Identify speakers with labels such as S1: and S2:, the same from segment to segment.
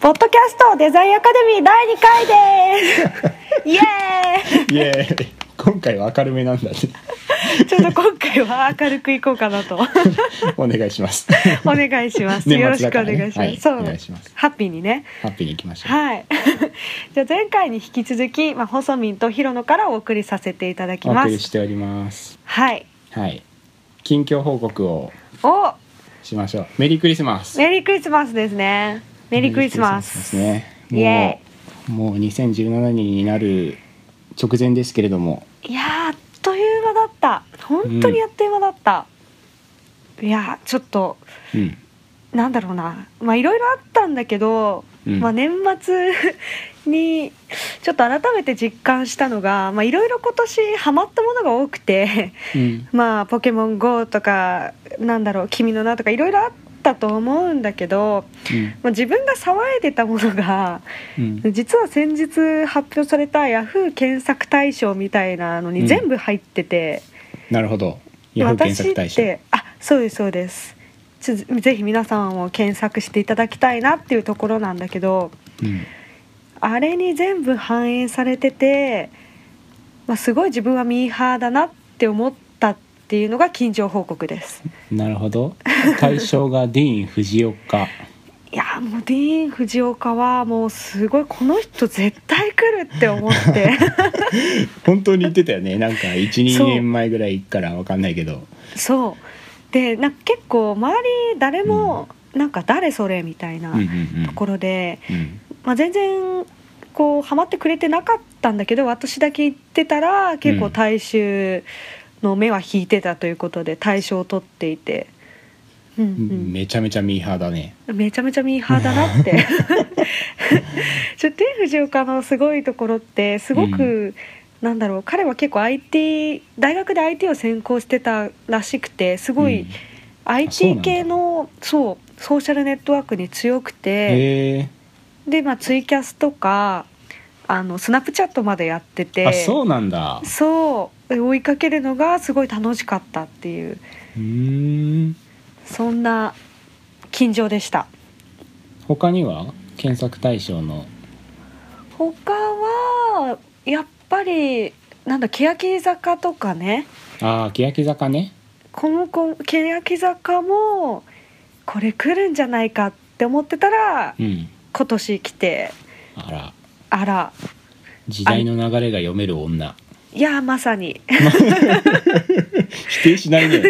S1: ポッドキャストデザインアカデミー第2回で すイエー
S2: イエーイ今回は明るめなんだね
S1: イちょっと今回は明るくいこうか なと
S2: お願いします
S1: お願いします、よろ
S2: 年末
S1: し
S2: だ
S1: く
S2: か
S1: お
S2: らね
S1: 願いします、
S2: はい
S1: そう
S2: お願いします
S1: ハッピーにね
S2: ハッピーに行きましょう
S1: はい じゃあ前回に引き続き、まあ、細民とヒロノからお送りさせていただき
S2: お
S1: ま
S2: 送り
S1: す
S2: しております
S1: はい
S2: はい近況報告を
S1: お
S2: しましょうメリークリスマス
S1: メリークリスマスですねメリークリスマス
S2: メリークリスマスです
S1: イエ
S2: ねもうもう2017年になる直前ですけれども
S1: いやーあっという間だった本当にあっという間だった、いやーちょっと
S2: うん
S1: なんだろうなまあいろいろあったんだけど、
S2: うん
S1: まあ、年末に ちょっと改めて実感したのがまあいろいろ今年ハマったものが多くて
S2: うん
S1: まあ「ポケモン GO」とかなんだろう「君の名」とかいろいろあったと思うんだけど、
S2: うん
S1: まあ、自分が騒いでたものが
S2: うん
S1: 実は先日発表されたヤフー検索大賞みたいなの
S2: う
S1: に
S2: ん
S1: 全部入ってて。
S2: なるほどヤフー検索大
S1: 私っ
S2: 賞
S1: てあそうですそうですちょぜひ皆さんも検索していただきたいなっていうところなんだけど
S2: うん
S1: あれに全部反映されてて、まあ、すごい自分はミーハーだなって思ったっていうのが近所報告です
S2: なるほど対象がディーン・フジオ カ
S1: いやもうディーン・フジオカはもうすごいこの人絶対来るって思って
S2: 本当に言ってたよねなんか
S1: そ
S2: 12
S1: う
S2: 年前ぐらいからわかんないけど
S1: そうでなんか結構周り誰もなんか誰それみたいな
S2: うんうん
S1: ところで、
S2: うんうん
S1: まあ、全然こうハマってくれてなかったんだけど私だけ行ってたら結構大衆の目は引いてたということで大賞を取っていて、うんうん
S2: めちゃめちゃミーハーだね
S1: めちゃめちゃミーハーだなって ちょっと天藤岡のすごいところってすごく、
S2: う
S1: なんだろう彼は結構 IT 大学で IT を専攻してたらしくてすご
S2: う
S1: い
S2: ん
S1: IT 系のそうソーシャルネットワークに強くて。
S2: へえ
S1: で、まあ、ツイキャスとかあのスナップチャットまでやってて
S2: あそうなんだ
S1: そう追いかけるのがすごい楽しかったっていう
S2: うーん
S1: そんな近所でした
S2: 他には検索対象の
S1: 他はやっぱりなんだ欅坂とかね
S2: ああ欅坂ね
S1: この子欅坂もこれ来るんじゃないかって思ってたら
S2: うん
S1: 今年来て
S2: あら
S1: あら
S2: 時代の流れが読める女
S1: いやまさに
S2: 否定しないね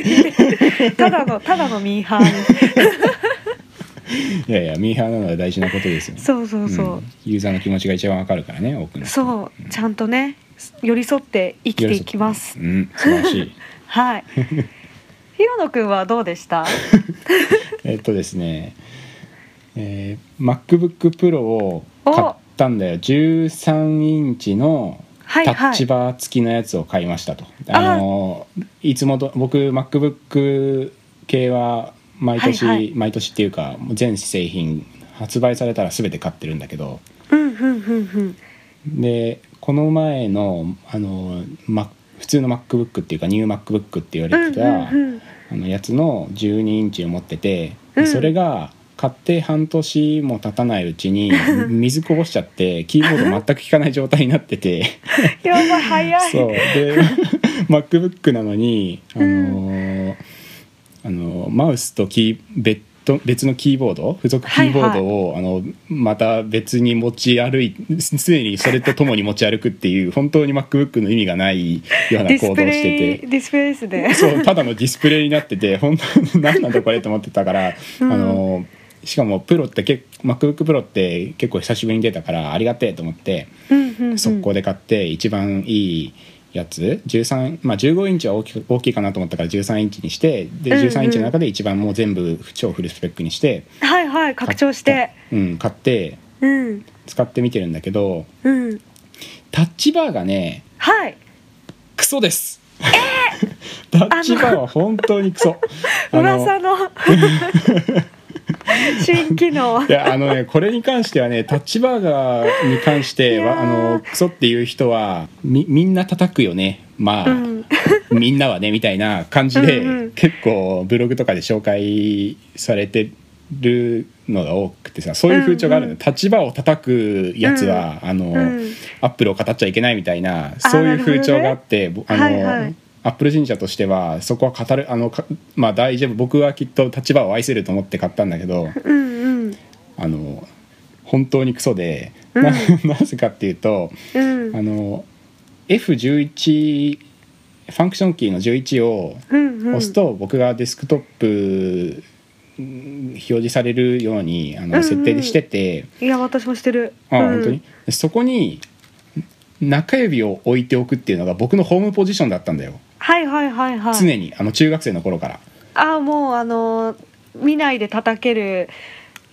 S1: ただのただのミーハーです
S2: いやいやミーハーなのは大事なことですよ
S1: そうそうそう、
S2: んユーザーの気持ちが一番わかるからね多くの人
S1: そうちゃんとね寄り添って生きていきます
S2: うん素晴ら しい
S1: はい ひろのくんはどうでした
S2: えっとですねえー、MacBookPro を買ったんだよ13インチの
S1: はい
S2: タッ
S1: は
S2: チ
S1: い
S2: バー付きのやつを買いましたと、
S1: あー
S2: あのいつもと僕 MacBook 系は毎年、
S1: はいはい
S2: 毎年っていうかもう全製品発売されたら全て買ってるんだけど
S1: うんうんうんうん
S2: でこの前のあの、ま、普通の MacBook っていうかニュー MacBook って言わ
S1: うん
S2: れてた、
S1: うんうん
S2: あのやつの12インチを持ってて、で
S1: うん
S2: それが買って半年も経たないうち に水こぼしちゃってキーボード全く効かない状態になってて。
S1: やばい早い
S2: そう で MacBook なのにあのーあのーマウスとキー別と別のキーボード付属キーボードを、あのまた別に持ち歩い常にそれとともに持ち歩くっていう本当に MacBook の意味がないような
S1: ディ
S2: 行
S1: ス
S2: 動をし
S1: プレ
S2: て
S1: イ
S2: て。
S1: ディスプレイですね
S2: そうただのディスプレイになってて本当に何なんだこれと思ってたから、
S1: うん
S2: あのしかもプロって結 MacBook プロって結構久しぶりに出たからありがてえと思って、
S1: うんうんうん
S2: 速攻で買って一番いいやつ13、まあ、15インチは大きく大きいかなと思ったから13インチにしてで
S1: うんうん
S2: 13インチの中で一番もう全部超フルスペックにして
S1: はいはい拡張して、
S2: うん、買って
S1: うん
S2: 使ってみてるんだけど
S1: うん
S2: タッチバーがね
S1: はい
S2: クソです、 タッチバーは本当にクソ
S1: 噂 の新機能
S2: いやあのねこれに関してはねタッチバーガーに関して
S1: いや
S2: はあ
S1: ー
S2: のクソっていう人はみみんな叩くよねまあ、
S1: うん
S2: みんなはねみたいな感じで
S1: うんうん
S2: 結構ブログとかで紹介されてるのが多くてさそういう風潮がある
S1: うん
S2: の、
S1: うん
S2: 立場を叩くやつは、あの、
S1: うん
S2: アップルを語っちゃいけないみたいなそういう風潮があって、ぼあの、
S1: はいはい
S2: アップル信者としてはそこは語るあのかまあ大丈夫僕はきっと立場を愛せると思って買ったんだけど
S1: うんうん
S2: あの本当にクソで、
S1: うん
S2: ななぜかっていうと
S1: うん
S2: あの F11 ファンクションキーの11を
S1: うんうん
S2: 押すと僕がデスクトップうん表示されるようにあ
S1: んう
S2: の
S1: ん
S2: 設定でしてて、
S1: いや私もしてる
S2: あ
S1: うん
S2: 本当にそこに中指を置いておくっていうのが僕のホームポジションだったんだよ、
S1: はいはいはいはい
S2: 常にあの中学生の頃から
S1: ああもうあの見ないで叩ける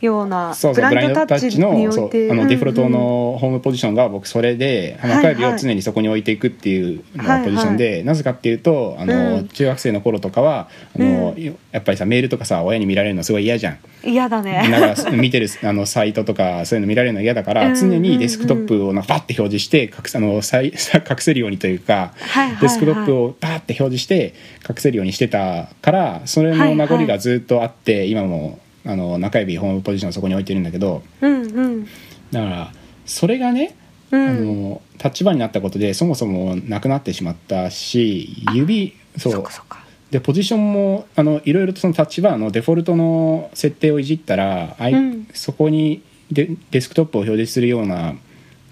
S1: ような
S2: そうそうブラインドタッチ
S1: に
S2: の
S1: お
S2: そ
S1: いて
S2: うあ
S1: うんう
S2: の
S1: ん
S2: デフォルトのホームポジションが僕それで
S1: はいはい
S2: 中指を常にそこに置いていくっていうのがポジションで、なぜかっていうとあの、
S1: うん
S2: 中学生の頃とかはあの、
S1: う
S2: やっぱりさメールとかさ親に見られるのすごい嫌じゃん。
S1: 嫌だね
S2: なんか見てるあのサイトとかそういうの見られるの嫌だか
S1: うん
S2: ら
S1: うん
S2: 常にデスクトップをなんかバッて表示して隠すあのさい隠せるようにというか
S1: はいはいはい
S2: デスクトップをバッて表示して隠せるようにしてたからそれの名残がずっとあって今もあの中指ホームポジションをそこに置いてるんだけど
S1: うんうん
S2: だからそれがね
S1: う
S2: あ
S1: ん
S2: の立場になったことでそもそもなくなってしまったし指そ
S1: そうっかそっか
S2: でポジションもあのいろいろとその立場のデフォルトの設定をいじったら、あい
S1: うん
S2: そこにデデスクトップを表示するような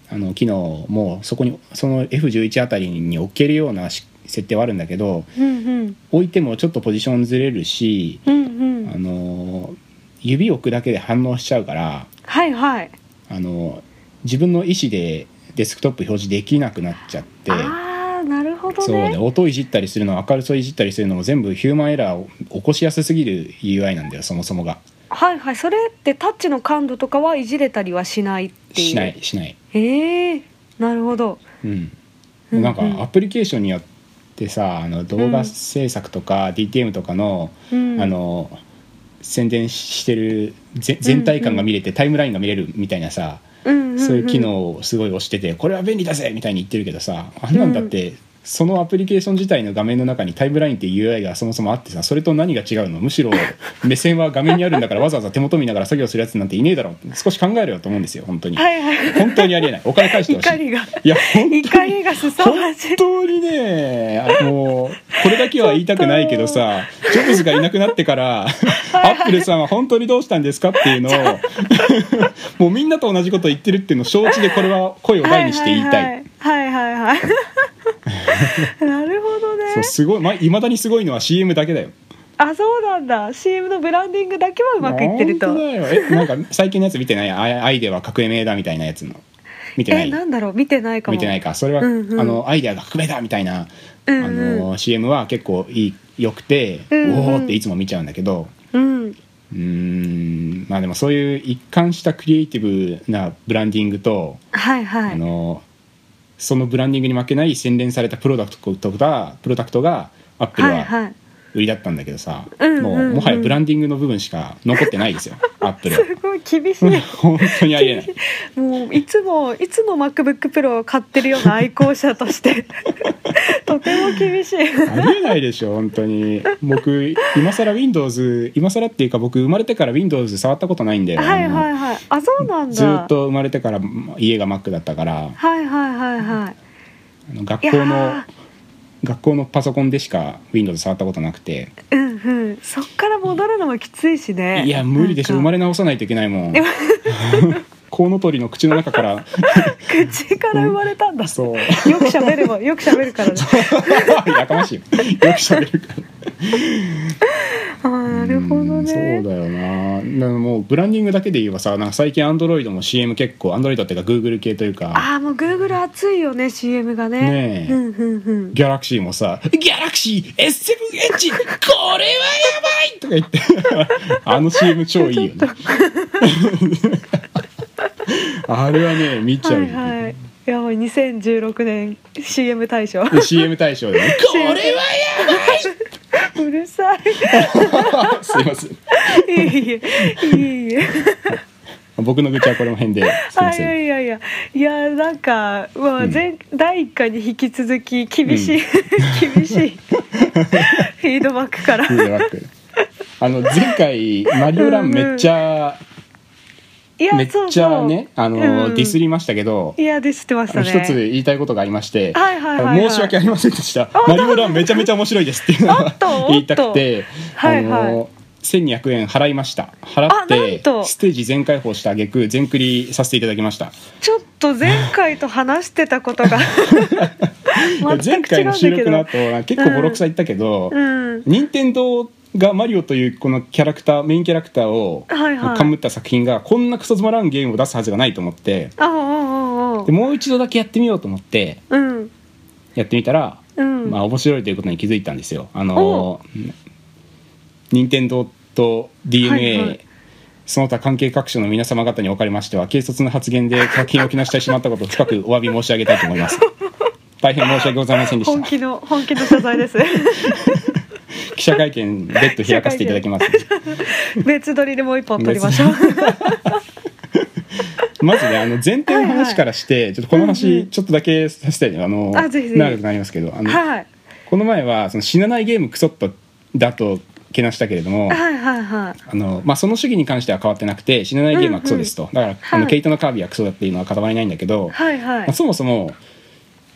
S2: あの機能もそこにその F11 あたりに置けるようなし設定はあるんだけど
S1: うんうん
S2: 置いてもちょっとポジションずれるし、
S1: うんうん
S2: あの指置くだけで反応しちゃうから
S1: はいはい
S2: あの自分の意思でデスクトップ表示できなくなっちゃって。
S1: ああなるほど
S2: そうね
S1: ね
S2: 音をいじったりするの明るさをいじったりするのも全部ヒューマンエラーを起こしやすすぎる UI なんだよそもそもが
S1: はいはいそれってタッチの感度とかはいじれたりはしないっていう
S2: しないしない
S1: ええなるほど
S2: うん
S1: うんうん
S2: なんかアプリケーションによってさあの動画制作とか DTM とかの、
S1: うん
S2: あの宣伝してるぜ全体感が見れてタイムラインが見れるみたいなさ、
S1: うんんん
S2: そういう機能をすごい推しててこれは便利だぜみたいに言ってるけどさあんなんだって、そのアプリケーション自体の画面の中にタイムラインっていう UI がそもそもあってさそれと何が違うのむし ろ目線は画面にあるんだからわざわざ手元見ながら作業するやつなんていねえだろう少し考えろよと思うんですよ本当に
S1: はいはい
S2: 本当にありえないお金返してほし い
S1: 怒りが
S2: いや本当
S1: 怒
S2: に
S1: りがすさまじ
S2: 本
S1: い
S2: 当にねあもうこれだけは言いたくないけどさジョブズがいなくなってからアップルさんは本当にどうしたんですかっていうのを もうみんなと同じこと言ってるっていうのを承知でこれは声を大にして言いたい。
S1: はいはいはいはいはいはい なるほどね
S2: そうすごいまいまだにすごいのは CM だけだよ。
S1: あそうなんだ CM のブランディングだけはうまくいってると
S2: 本当だよ。えなんか最近のやつ見てない？あアイデアは革命だみたいなやつの見てな
S1: え
S2: い。
S1: なんだろう見てないかも
S2: 見てないか。それは、
S1: うんうん
S2: あのアイデアが革命だみたいな、
S1: うん
S2: あ
S1: うん
S2: の CM は結構いい良くて、
S1: うんうん
S2: おおっていつも見ちゃうんだけど。
S1: うん
S2: うーんまあでもそういう一貫したクリエイティブなブランディングと、
S1: はいは
S2: あ
S1: い
S2: のそのブランディングに負けない洗練されたプロダクトがプロダクトがアップル
S1: はい
S2: は
S1: はい
S2: 売りだったんだけどさ、
S1: うんうんうん
S2: もうもはやブランディングの部分しか残ってない ですよアップルは
S1: すごい厳し
S2: 本当にありえない
S1: いもういつもいつも MacBookPro を買ってるような愛好者として とても厳しい
S2: ありえないでしょ本当に僕今更 Windows 今更っていうか僕生まれてから Windows 触ったことないんだよ、
S1: はいは
S2: あの
S1: いはいあそうなんだ
S2: ずっと生まれてから家が Mac だったから
S1: はいはいはいはい
S2: あの
S1: い
S2: 学
S1: や
S2: 校の
S1: ー
S2: 学校のパソコンでしか Windows 触ったことなくて
S1: うんうんそっから戻るのもきついしね
S2: いや無理でしょ生ま
S1: れ
S2: れ直さないといけないもん コウノトリの口の中から
S1: 口から生まれたんだ、よ
S2: そう
S1: く喋るわよく喋るからね
S2: やかましいよよく喋るから
S1: あーなるほどね
S2: うんそうだよなだからもうブランディングだけで言えばさなんか最近 Android も CM 結構 Android っていうか Google 系というか
S1: ああもうグーグル熱いよね CM がね
S2: ね
S1: う
S2: え
S1: んうんうん
S2: ギャラクシーもさ「ギャラクシー S7H これはやばい!」とか言って あの CM 超いいよねあれはね見ち
S1: は
S2: ゃうよ、
S1: いはいやばい2016年 CM 大 賞
S2: で CM 大賞で、ね「これはや
S1: うるさい
S2: ばい! 」 すいません
S1: いえいえいえいえ
S2: 僕の愚痴はこれも変ですいま
S1: あい
S2: せん
S1: やいやいやいやなんか、まあ
S2: うん
S1: 前第1回に引き続き 厳しい、厳しいフィードバックから
S2: フードバックあの前回「マリオラン」めっちゃ
S1: いや
S2: めっ
S1: そう
S2: ち
S1: そ
S2: ゃ
S1: う
S2: ねあの、
S1: うん
S2: ディスりましたけど
S1: いやディスってました
S2: あの
S1: ね
S2: 一つ言いたいことがありまして、
S1: はいはいはいはい
S2: 申し訳ありませんでした
S1: あ
S2: 「マリオランめちゃめちゃ面白いです」っていうの
S1: お
S2: は
S1: っとおっと
S2: 言いたくて、
S1: はいはい
S2: あの1200円払いました払っ
S1: あなん
S2: て
S1: と
S2: ステージ全開放した挙句全クリさせていただきました
S1: ちょっと前回と話してたこと が
S2: 前
S1: 全く違
S2: 回
S1: うん
S2: の
S1: だ
S2: 収録の
S1: け
S2: 後なんか結構ボロクさ言ったけど、
S1: ど、うん、
S2: 任天堂がマリオというこのキャラクターメインキャラクターを
S1: はいはい
S2: かむった作品がこんなクソつまらんゲームを出すはずがないと思って
S1: あおうおうおうおう
S2: でもう一度だけやってみようと思って
S1: うん
S2: やってみたら、
S1: うん、
S2: まあ、面白いということに気づいたんですよ。あの任天堂と DNA、
S1: はいはい
S2: その他関係各所の皆様方におかれましては軽率な発言で課金をきなしてしまったことを深くお詫び申し上げたいと思 います。大変申し訳ございませんで
S1: 本
S2: し
S1: 気の本気の謝罪です
S2: た。記者会見別途開かせていただきます。
S1: 別撮りでもう一本撮りましょう
S2: まずねあの前提の話からして、ちょっとこの話ちょっとだけさせて、あの
S1: あぜひぜひ
S2: 長くなりますけどあの、
S1: はい
S2: この前はその死なないゲームクソッとだとけなしたけれども。
S1: はいはいはい
S2: あのまあ、その主義に関しては変わってなくて死なないゲームはクソですと、だから、あ
S1: は
S2: の
S1: い
S2: ケイトのカービィはクソだっていうのは固まりないんだけど、
S1: はいは
S2: まあ
S1: い
S2: そもそも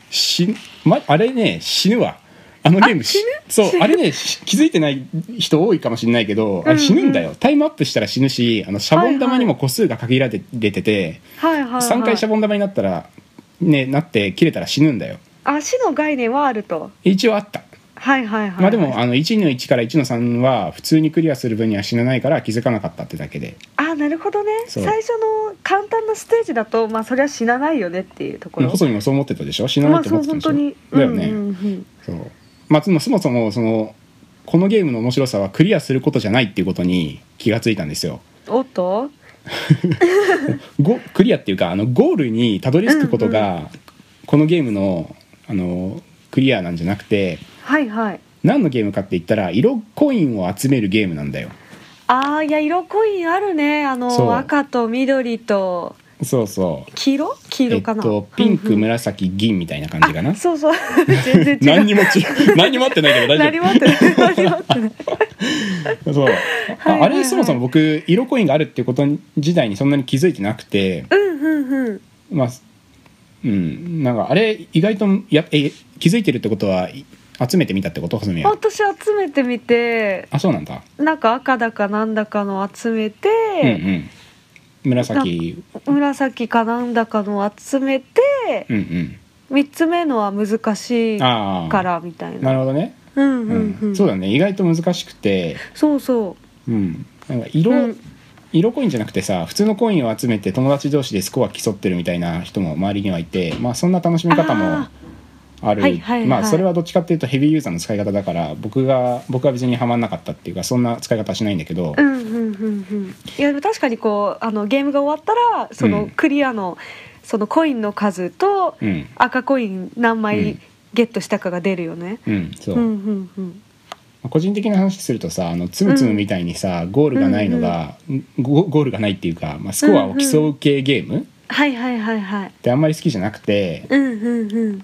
S2: 死、ま、あれね死ぬわあのゲームし
S1: 死ぬ
S2: そう
S1: 死ぬ
S2: あれねし気づいてない人多いかもしれないけど、あ
S1: うんう
S2: れ
S1: ん
S2: 死ぬんだよタイムアップしたら死ぬしあのシャボン玉にも個数が限られて出てて、
S1: はいはい
S2: 3回シャボン玉になったらねなって切れたら死ぬんだよ
S1: 足の概念はあると
S2: 一応あった
S1: はいはいはい
S2: まあでもあの1の1から1の3は普通にクリアする分には死なないから気づかなかったってだけで
S1: あなるほどね
S2: そう
S1: 最初の簡単なステージだとまあそれは死なないよねっていうところ
S2: 細見もそう思ってたでしょ死なな
S1: ま
S2: い
S1: あ
S2: と思
S1: そう
S2: ってた
S1: 本
S2: でしょ、
S1: 当に
S2: だよね、
S1: うんうんうん
S2: そうまあそもそもそもそのこのゲームの面白さはクリアすることじゃないっていうことに気がついたんですよ
S1: おっと
S2: ゴクリアっていうかあのゴールにたどり着くことが、このゲームのあのクリアなんじゃなくて
S1: はいはい
S2: 何のゲームかって言ったら色コインを集めるゲームなんだよ
S1: あーいや色コインあるねあ
S2: そう
S1: の赤と緑と
S2: そうそう
S1: 黄色黄
S2: え
S1: 色
S2: っ
S1: かな、
S2: と、ピン
S1: うん
S2: ク
S1: うん
S2: 紫銀みたいな感じかな
S1: あそうそう 全然違う
S2: 何にも違 う何にも合ってないけど大
S1: 何
S2: 丈
S1: もあってない何もあってない
S2: 夫そう
S1: はい
S2: あ
S1: は
S2: あ
S1: いはい
S2: れそもそも僕色コインがあるっていうこと自体にそんなに気づいてなくて
S1: うんうんうん
S2: まあうんなんかあれ意外とやえ気づいてるってことはい集めてみたってこと細宮
S1: 私集めてみて
S2: あそうなんだ
S1: なんか赤だかなんだかの集め
S2: うんう
S1: て、
S2: ん紫
S1: 紫かなんだかの集めて
S2: うんうん
S1: 3つ目のは難しいか
S2: ああ
S1: らみたい
S2: な
S1: な
S2: るほどね、
S1: うん
S2: う
S1: うんうん
S2: ん、そうだね意外と難しくて
S1: そうそ
S2: うんなんか
S1: う
S2: 色、
S1: うん
S2: 色コインじゃなくてさ普通のコインを集めて友達同士でスコア競ってるみたいな人も周りにはいて、まあ、そんな楽しみ方も
S1: あ
S2: ある
S1: はいはいはい
S2: まあそれはどっちかっていうとヘビーユーザーの使い方だから僕が僕は別にハマんなかったっていうかそんな使い方はしないんだけど、
S1: ーうんうんうんうんいやでも確かにこうあのゲームが終わったらそうの
S2: ん
S1: クリアのそのコインの数と
S2: うん
S1: 赤コイン何
S2: う
S1: 枚
S2: ん
S1: ゲットしたかが出るよね、
S2: うんそうう、
S1: んうんうん、
S2: 個人的な話するとさあのつむつむみたいにさ、ゴールがないのが、ゴゴールがないっていうか、まあ、スコアを競う系ゲームっ
S1: はいはいはいはい
S2: てあんまり好きじゃなくて
S1: うんうんうん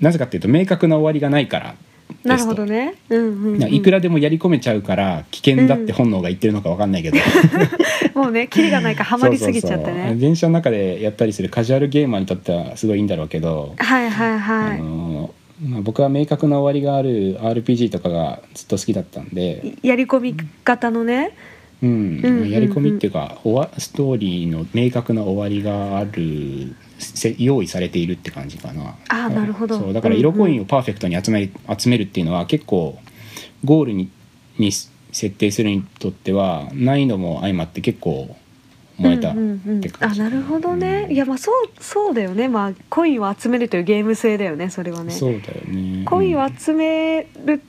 S2: なぜかっていうと明確な終わりがないからですと
S1: なるほどねうんうん、うん、
S2: いくらでもやり込めちゃうから危険だって本能が言ってるのか分かんないけど、
S1: もうねキリがないからハマりすぎちゃってね
S2: そうそうそう電車の中でやったりするカジュアルゲーマーにとってはすごいいいんだろうけど、
S1: はいはいは
S2: あ
S1: い
S2: のまあ、僕は明確な終わりがある RPG とかがずっと好きだったんで、
S1: やり込み方のね
S2: うん
S1: うん
S2: まあやり込みっていうか終わストーリーの明確な終わりがあるせ用意されているって感じかな
S1: あーなるほど
S2: そうだから色コインをパーフェクトに集め集めるっていうのは結構ゴールにに設定するにとっては難易度も相まって結構燃えたっ
S1: うんうんうん
S2: て感
S1: あ
S2: じ、
S1: なるほどね、
S2: うん
S1: いやまあそうそうだよねまあコインを集めるというゲーム性だよねそれはね
S2: そうだよね
S1: コインを集める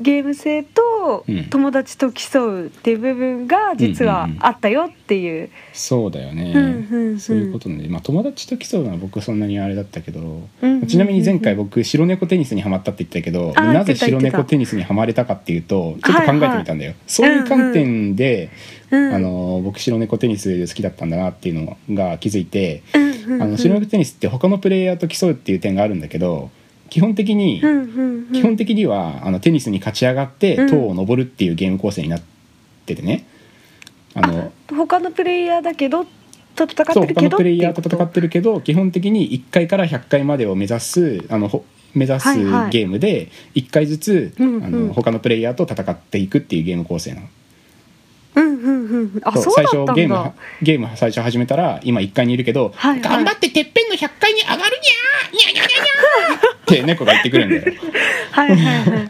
S1: ゲーム性と
S2: うん
S1: 友達と競うっていう部分が実はあったよっていう、
S2: そうだよね、
S1: うんうんうん
S2: そういうことなんで、まあ、友達と競うのは僕そんなにあれだったけど、
S1: うんうんうん
S2: ちなみに前回僕白猫テニスにはまったって言ったけど
S1: あー
S2: なぜ
S1: 言ってた言
S2: 白
S1: ってた
S2: 猫テニスにはまれたかっていうとちょっと考えてみたんだよ、そういう観点で、
S1: うん
S2: あの僕白猫テニス好きだったんだなっていうのが気づいて、
S1: うんうんうん
S2: あの白猫テニスって他のプレイヤーと競うっていう点があるんだけど基本的に、
S1: うんうんうん
S2: 基本的にはあのテニスに勝ち上がって
S1: うん
S2: 塔を登るっていうゲーム構成になっっててねあ
S1: あ
S2: の
S1: 他のプレイヤーだけどと戦
S2: そ
S1: っ
S2: う
S1: てる
S2: 他
S1: け
S2: の
S1: ど
S2: プレイヤーと
S1: っていうこ
S2: 戦ってるけど基本的に1回から100回までを目指すあのほ目指す
S1: はいはい
S2: ゲームで1回ずつ、
S1: うんうん
S2: あの他のプレイヤーと戦っていくっていうゲーム構成なの。
S1: うんうんうんあ
S2: そう
S1: そう
S2: 最
S1: だった
S2: 初ゲー
S1: ん
S2: ムは
S1: だ
S2: ゲーム最初始めたら今1階にいるけど、
S1: はいはい
S2: 頑張っててっぺんの100階に上がるにゃーにゃにゃにゃにゃーって猫が言ってくるんだよ
S1: はいはいはい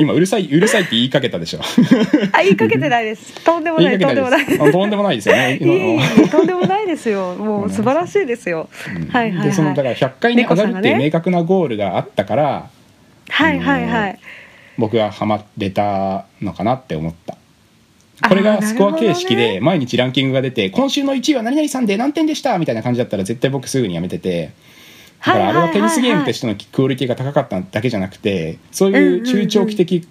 S2: 今うるさいうるさいって言いかけたでしょ
S1: あ言いかけてないですとんでも
S2: 言
S1: ないい
S2: か
S1: とん
S2: け
S1: でも
S2: た
S1: な
S2: で
S1: い
S2: すあとんでもないですよね
S1: いえいえとんでもないです よもう素晴らしいですよ
S2: うん
S1: はいはい
S2: でそ
S1: は
S2: のだ
S1: い
S2: から100階に上がるってい
S1: 猫さん
S2: う
S1: がね
S2: 明確なゴールがあったから
S1: はいはいはい
S2: 僕はハマれたのかなって思った
S1: あー
S2: これがスコア形式
S1: なるほ
S2: で毎日ランキングが出て、今週の1位は何々さんで何点でしたみたいな感じだったら絶対僕すぐにやめててだからあれはテニスゲームとしてのクオリティが高かっただけじゃなくてそういう中長期的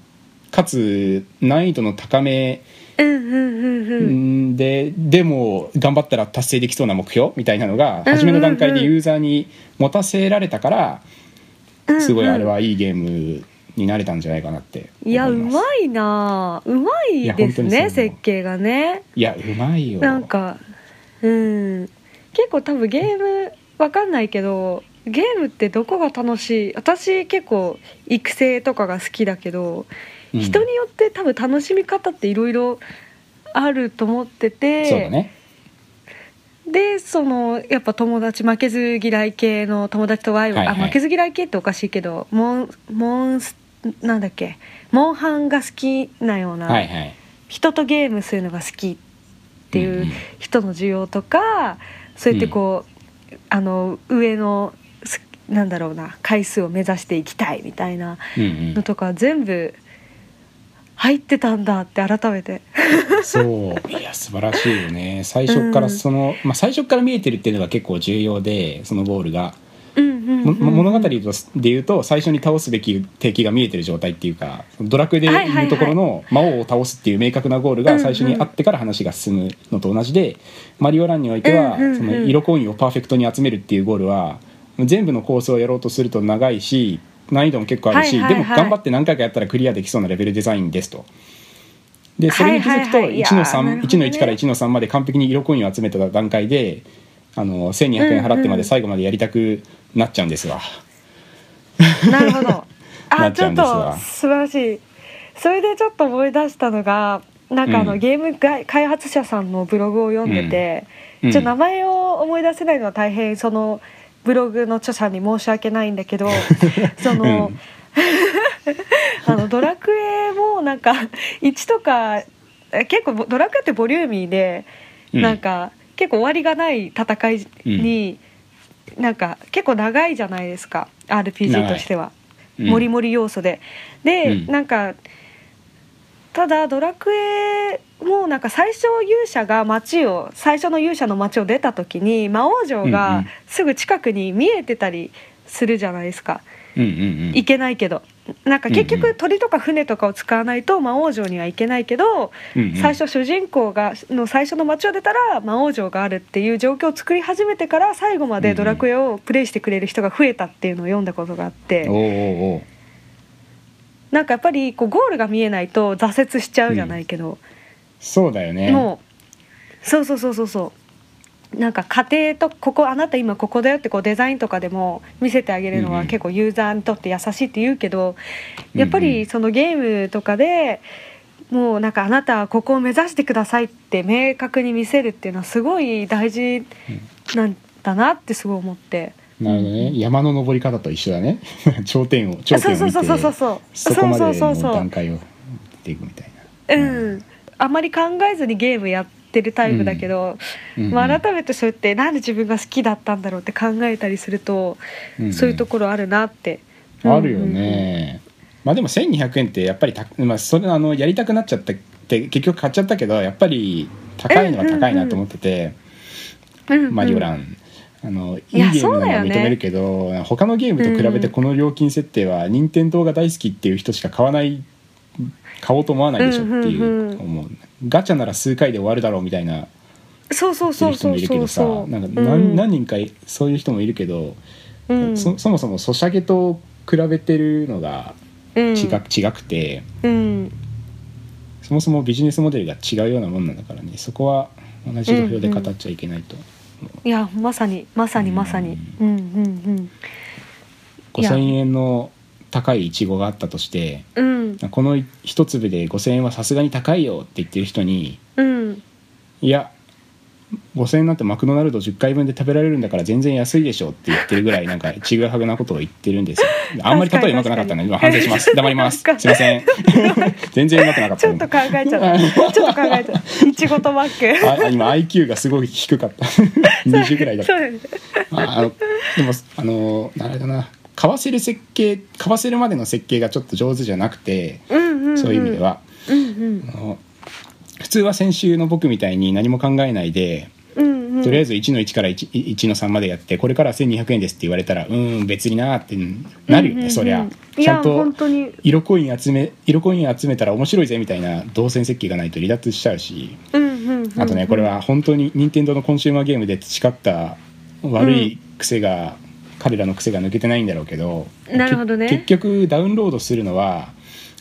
S2: かつ難易度の高め
S1: うんうんうんうん
S2: んででも頑張ったら達成できそうな目標みたいなのが初めの段階でユーザーに持たせられたから
S1: うんうん
S2: すごいあれはいいゲームになれたんじゃないかなって思
S1: いやう
S2: います
S1: まいなあうま
S2: い
S1: い
S2: や
S1: です
S2: 本当
S1: ね
S2: にそう
S1: 設計がね
S2: いやうまいよ
S1: なんかうん結構多分ゲームわかんないけどゲームってどこが楽しい私結構育成とかが好きだけど、
S2: うん
S1: 人によって多分楽しみ方っていろいろあると思ってて
S2: そうだね
S1: でそのやっぱ友達負けず嫌い系の友達とワイワイ、
S2: はいはい
S1: あ負けず嫌い系っておかしいけどモンモンスなんだっけモンハンが好きなような、
S2: はいはいっ
S1: 人とゲームするのが好きっていう人の需要とか、そうやってこう、あの上のすなんだろうな回数を目指していきたいみたいな
S2: うんう ん
S1: のとか全部入ってたんだって改めて
S2: そういや素晴らしいよね最初からその、まあ、最初から見えてるっていうのが結構重要でそのゴールが、
S1: うんうんう
S2: も
S1: ん
S2: 物語で言うと最初に倒すべき敵が見えてる状態っていうかドラクエで
S1: はいはいはい
S2: いうところの魔王を倒すっていう明確なゴール
S1: うん
S2: が
S1: うん
S2: 最初にあってから話が進むのと同じで、マリオランにおいては
S1: うんうんうん
S2: その色コインをパーフェクトに集めるっていうゴールは全部のコースをやろうとすると長いし難易度も結構あるし、
S1: はいはいはい
S2: でも頑張って何回かやったらクリアできそうなレベルデザインですと。でそれに気づくと
S1: はいはいはいいや
S2: 1の
S1: なる
S2: 3
S1: ほ
S2: 1
S1: ど
S2: の
S1: ね
S2: 1から1の3まで完璧に色コインを集めた段階であの1200円払ってまで最後までやりたくなっちゃうんですわ。
S1: なるほ ど
S2: な
S1: あ
S2: っち
S1: ち
S2: ゃ
S1: ょ
S2: うん
S1: っ
S2: です
S1: と
S2: わ
S1: 素晴らしいそれでちょっと思い出したのがなんかあの、
S2: うん
S1: ゲームが開発者さんのブログを読んでて、
S2: うん
S1: ちょ名前を思い出せないのは大変そのブログの著者に申し訳ないんだけ どその、
S2: うん
S1: あのドラクエもなんか1とかえ結構ドラクエってボリューミーで、
S2: うん
S1: なんか結構終わりがない戦いに、なんか結構長いじゃないですか RPG としては。
S2: うん
S1: モリモリ要素で。で、
S2: うん
S1: なんかただ「ドラクエ」もなんか最初勇者が街を最初の勇者の街を出た時に魔王城
S2: うんう
S1: が
S2: ん
S1: すぐ近くに見えてたりするじゃないですか、
S2: うんうんうん
S1: 行けないけどなんか結
S2: うんう
S1: 局
S2: ん
S1: 鳥とか船とかを使わないと魔王城には行けないけど、
S2: うんうん
S1: 最初主人公がの最初の街を出たら魔王城があるっていう状況を作り始めてから最後ま
S2: うん
S1: で
S2: うん
S1: ドラクエをプレイしてくれる人が増えたっていうのを読んだことがあって、
S2: おうおうおう
S1: なんかやっぱりこうゴールが見えないと挫折しちゃうじゃないけど、
S2: そうだよね
S1: もうそうそうそうそうそうなんか家庭とここあなた今ここだよってこうデザインとかでも見せてあげるの
S2: うんう
S1: は
S2: ん
S1: 結構ユーザーにとって優しいって言うけどやっぱりそのゲームとかでもうなんかあなたはここを目指してくださいって明確に見せるっていうのはすごい大事なんだなってすごい思って。
S2: なるほどね山の登り方と一緒だね 頂点を頂
S1: あ
S2: 点を
S1: そう
S2: 見
S1: そう
S2: て
S1: そうそうそうそう
S2: そこま
S1: そう
S2: で
S1: そう
S2: の
S1: そうそう
S2: 段階を持っていくみたいな
S1: うん、あまり考えずにゲームやってるタイプだけど、
S2: うん
S1: まあ、改めてそうやってなんで自分が好きだったんだろうって考えたりすると、
S2: うんうん
S1: そういうところあるなって。
S2: あるよね、まあでも1200円ってやっぱりた、まあ、それあのやりたくなっちゃったって結局買っちゃったけどやっぱり高いのは高いなと思ってて、
S1: うんうん、うんうん
S2: マリオランあのいい
S1: い
S2: ゲ
S1: や
S2: ームなの
S1: そうだ
S2: は
S1: よ
S2: 認
S1: ね
S2: めるけど、他のゲームと比べてこの料金設定は任天堂が大好きっていう人しか買わない買おうと思わないでしょっていう,、
S1: うんうんうん
S2: 思うガチャなら数回で終わるだろうみたいな
S1: そうそう
S2: す
S1: そ
S2: る
S1: う
S2: 人
S1: そ
S2: も
S1: う
S2: いるけ
S1: そ
S2: ど
S1: う
S2: さ
S1: そう
S2: なんか
S1: う
S2: 何
S1: ん
S2: 何人かそういう人もいるけど、
S1: うん
S2: そそもそもソシャゲと比べてるのが
S1: うん
S2: 違,、違くて
S1: うん
S2: そそもそもビジネスモデルが違うようなもんなんだからねそこは同じ土俵で語っちゃいけないと、
S1: いやまさにまさにまさにうんうんいや
S2: 5,000円の高いイチゴがあったとして
S1: うんうん
S2: この一粒で5,000円はさすがに高いよって言ってる人に
S1: うん
S2: いや5,000円なんてマクドナルド10回分で食べられるんだから全然安いでしょって言ってるぐらいなんかちぐはぐなことを言ってるんですよあんまり例えうまくなかったので今
S1: 確か
S2: 反
S1: に
S2: 省します黙りますすい
S1: なん
S2: ま
S1: か
S2: せん全然うまくなかっ
S1: ち
S2: た
S1: ょっと考えちゃったちょっと考えち ゃったいちごとマック
S2: あ今 IQ がすごい低かった20ぐらいだった
S1: そうです
S2: ああのでもあのあれだな買わせる設計買わせるまでの設計がちょっと上手じゃなくて
S1: うんうんん
S2: そういう意味では、
S1: うんうん
S2: あの普通は先週の僕みたいに何も考えないで、
S1: うんうん
S2: とりあえず1の1から 1, 1の3までやってこれから1200円ですって言われたらうーん別になーってな
S1: うん
S2: るよね、
S1: うんうん
S2: そりゃ
S1: い
S2: ちゃ
S1: や
S2: んと
S1: 本当に
S2: 色コイン集め色コイン集めたら面白いぜみたいな動線設計がないと離脱しちゃうし
S1: うんうんうん
S2: あとねこれは本当に任天堂のコンシューマーゲームで培った悪い癖が、彼らの癖が抜けてないんだろうけど
S1: なるほどね
S2: け結局ダウンロードするのは、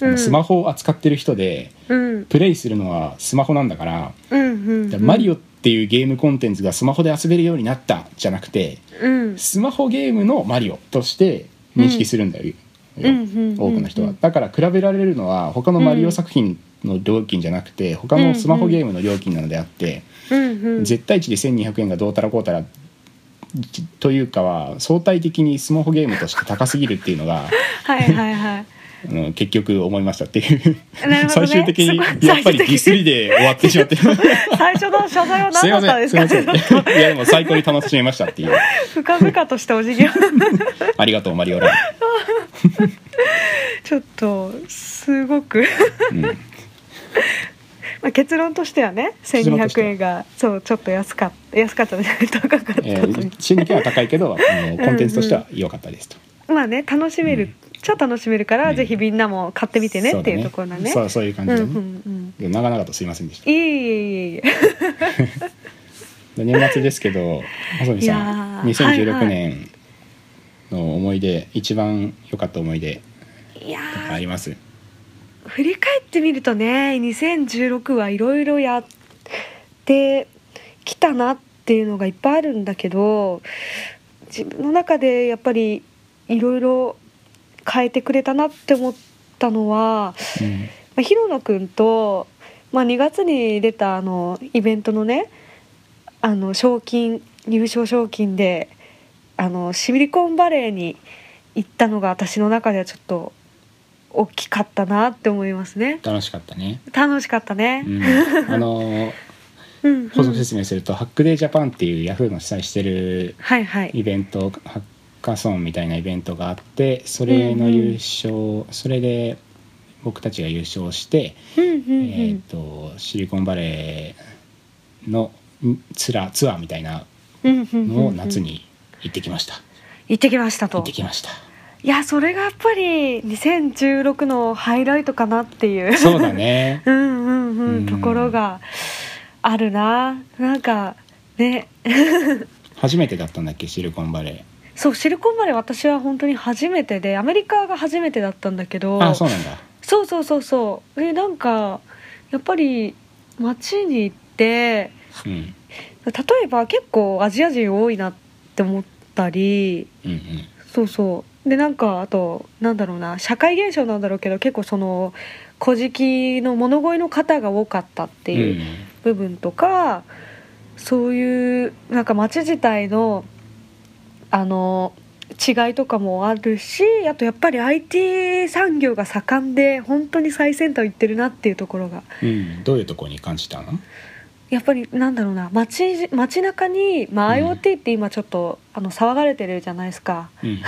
S2: あの
S1: うん
S2: スマホを扱ってる人で
S1: うん
S2: プレイするのはスマホなんだから
S1: うんう
S2: 「
S1: んうん
S2: マリオ」っていうゲームコンテンツがスマホで遊べるようになったじゃなくて
S1: うん
S2: スマホゲームの「マリオ」として認識するんだよ、
S1: うんうんうんうん
S2: 多くの人は。だから比べられるのは他のマリオ作品の料金じゃなくて他のスマホゲームの料金なのであって。
S1: うんうん
S2: 絶対値で1200円がどうたらこうたらじというかは相対的にスマホゲームとして高すぎるっていう のが
S1: はいはいはい
S2: あの結局思いましたっていう、
S1: なるほどね
S2: 最終的に
S1: そこ
S2: やっぱりディスりで終わってしまってすい
S1: 最初の謝罪は
S2: ませ
S1: 何だったんで
S2: ん
S1: す
S2: すい
S1: か
S2: ませんいやでも最高に楽しめましたっていう
S1: 深々としたお辞儀を
S2: ありがとうマリオライ
S1: ちょっとすごく
S2: ブ、 うん
S1: まあ結論としてはね
S2: 結論として
S1: 1200
S2: は
S1: 円がそうちょっと安かった安かったじゃない高かったと、
S2: えー、新日は高いけどあのコンテンツとしては良かったですと。
S1: まあね楽しめる、
S2: うん
S1: 超楽しめるから、
S2: うん
S1: ぜひみんなも買ってみてねっていうところだね
S2: そうだそうそういう感
S1: う
S2: じ
S1: んう
S2: で、
S1: んう
S2: ね
S1: ん
S2: 長々とすいませんでした
S1: いえいえいえいえ
S2: で年末ですけど細見さん
S1: いやー
S2: 2016
S1: はいはい
S2: 年の思い出、一番良かった思い出
S1: いや
S2: とかあ
S1: ー
S2: ります
S1: 振り返ってみるとね2016はいろいろやってきたなっていうのがいっぱいあるんだけど自分の中でやっぱりいろいろ変えてくれたなって思ったのは、
S2: うん
S1: まあ、ひろのくんと、まあ、2月に出たあのイベントのねあの賞金優勝賞金であのシリコンバレーに行ったのが私の中ではちょっと大きかったなって思いますね
S2: 楽しかったね、
S1: 楽しかったね
S2: う、ん、あのー
S1: うんうん
S2: 補足説明すると、ハックデイジャパンっていうヤフーの主催してる
S1: はいはい
S2: イベントハッカソンみたいなイベントがあってそれの優勝、それで僕たちが優勝して、
S1: うんうんうん
S2: えっ、とシリコンバレーのツラツアーみたいな
S1: うんうんうん
S2: の
S1: う
S2: を
S1: ん
S2: 夏に行ってきました、
S1: 行ってきました
S2: 行
S1: と
S2: ってきました
S1: いやそれがやっぱり2016のハイライトかなって いう
S2: そうだね
S1: うんうんう
S2: う
S1: ん
S2: ん
S1: ところがあるななんかね
S2: 初めてだったんだっけシリコンバレ
S1: そうシリコンバレー私は本当に初めてでアメリカが初めてだったんだけど
S2: ーあそうなんだ
S1: そうそうそうそうでなんかやっぱり街に行って
S2: うん
S1: 例えば結構アジア人多いなって思ったり
S2: うんうん
S1: そうそうでなんかあとなんだろうな社会現象なんだろうけど結構その「古事記」の物乞いの方が多かったっていう部分とかそういうなんか町自体のあの違いとかもあるしあとやっぱり IT 産業が盛んで本当に最先端行ってるなっていうところが
S2: うん、うん、どういうとこに感じたの
S1: やっぱりなんだろうな町町中に、まあ、
S2: うん
S1: IoT って今ちょっと、あの騒がれてるじゃないですか
S2: うん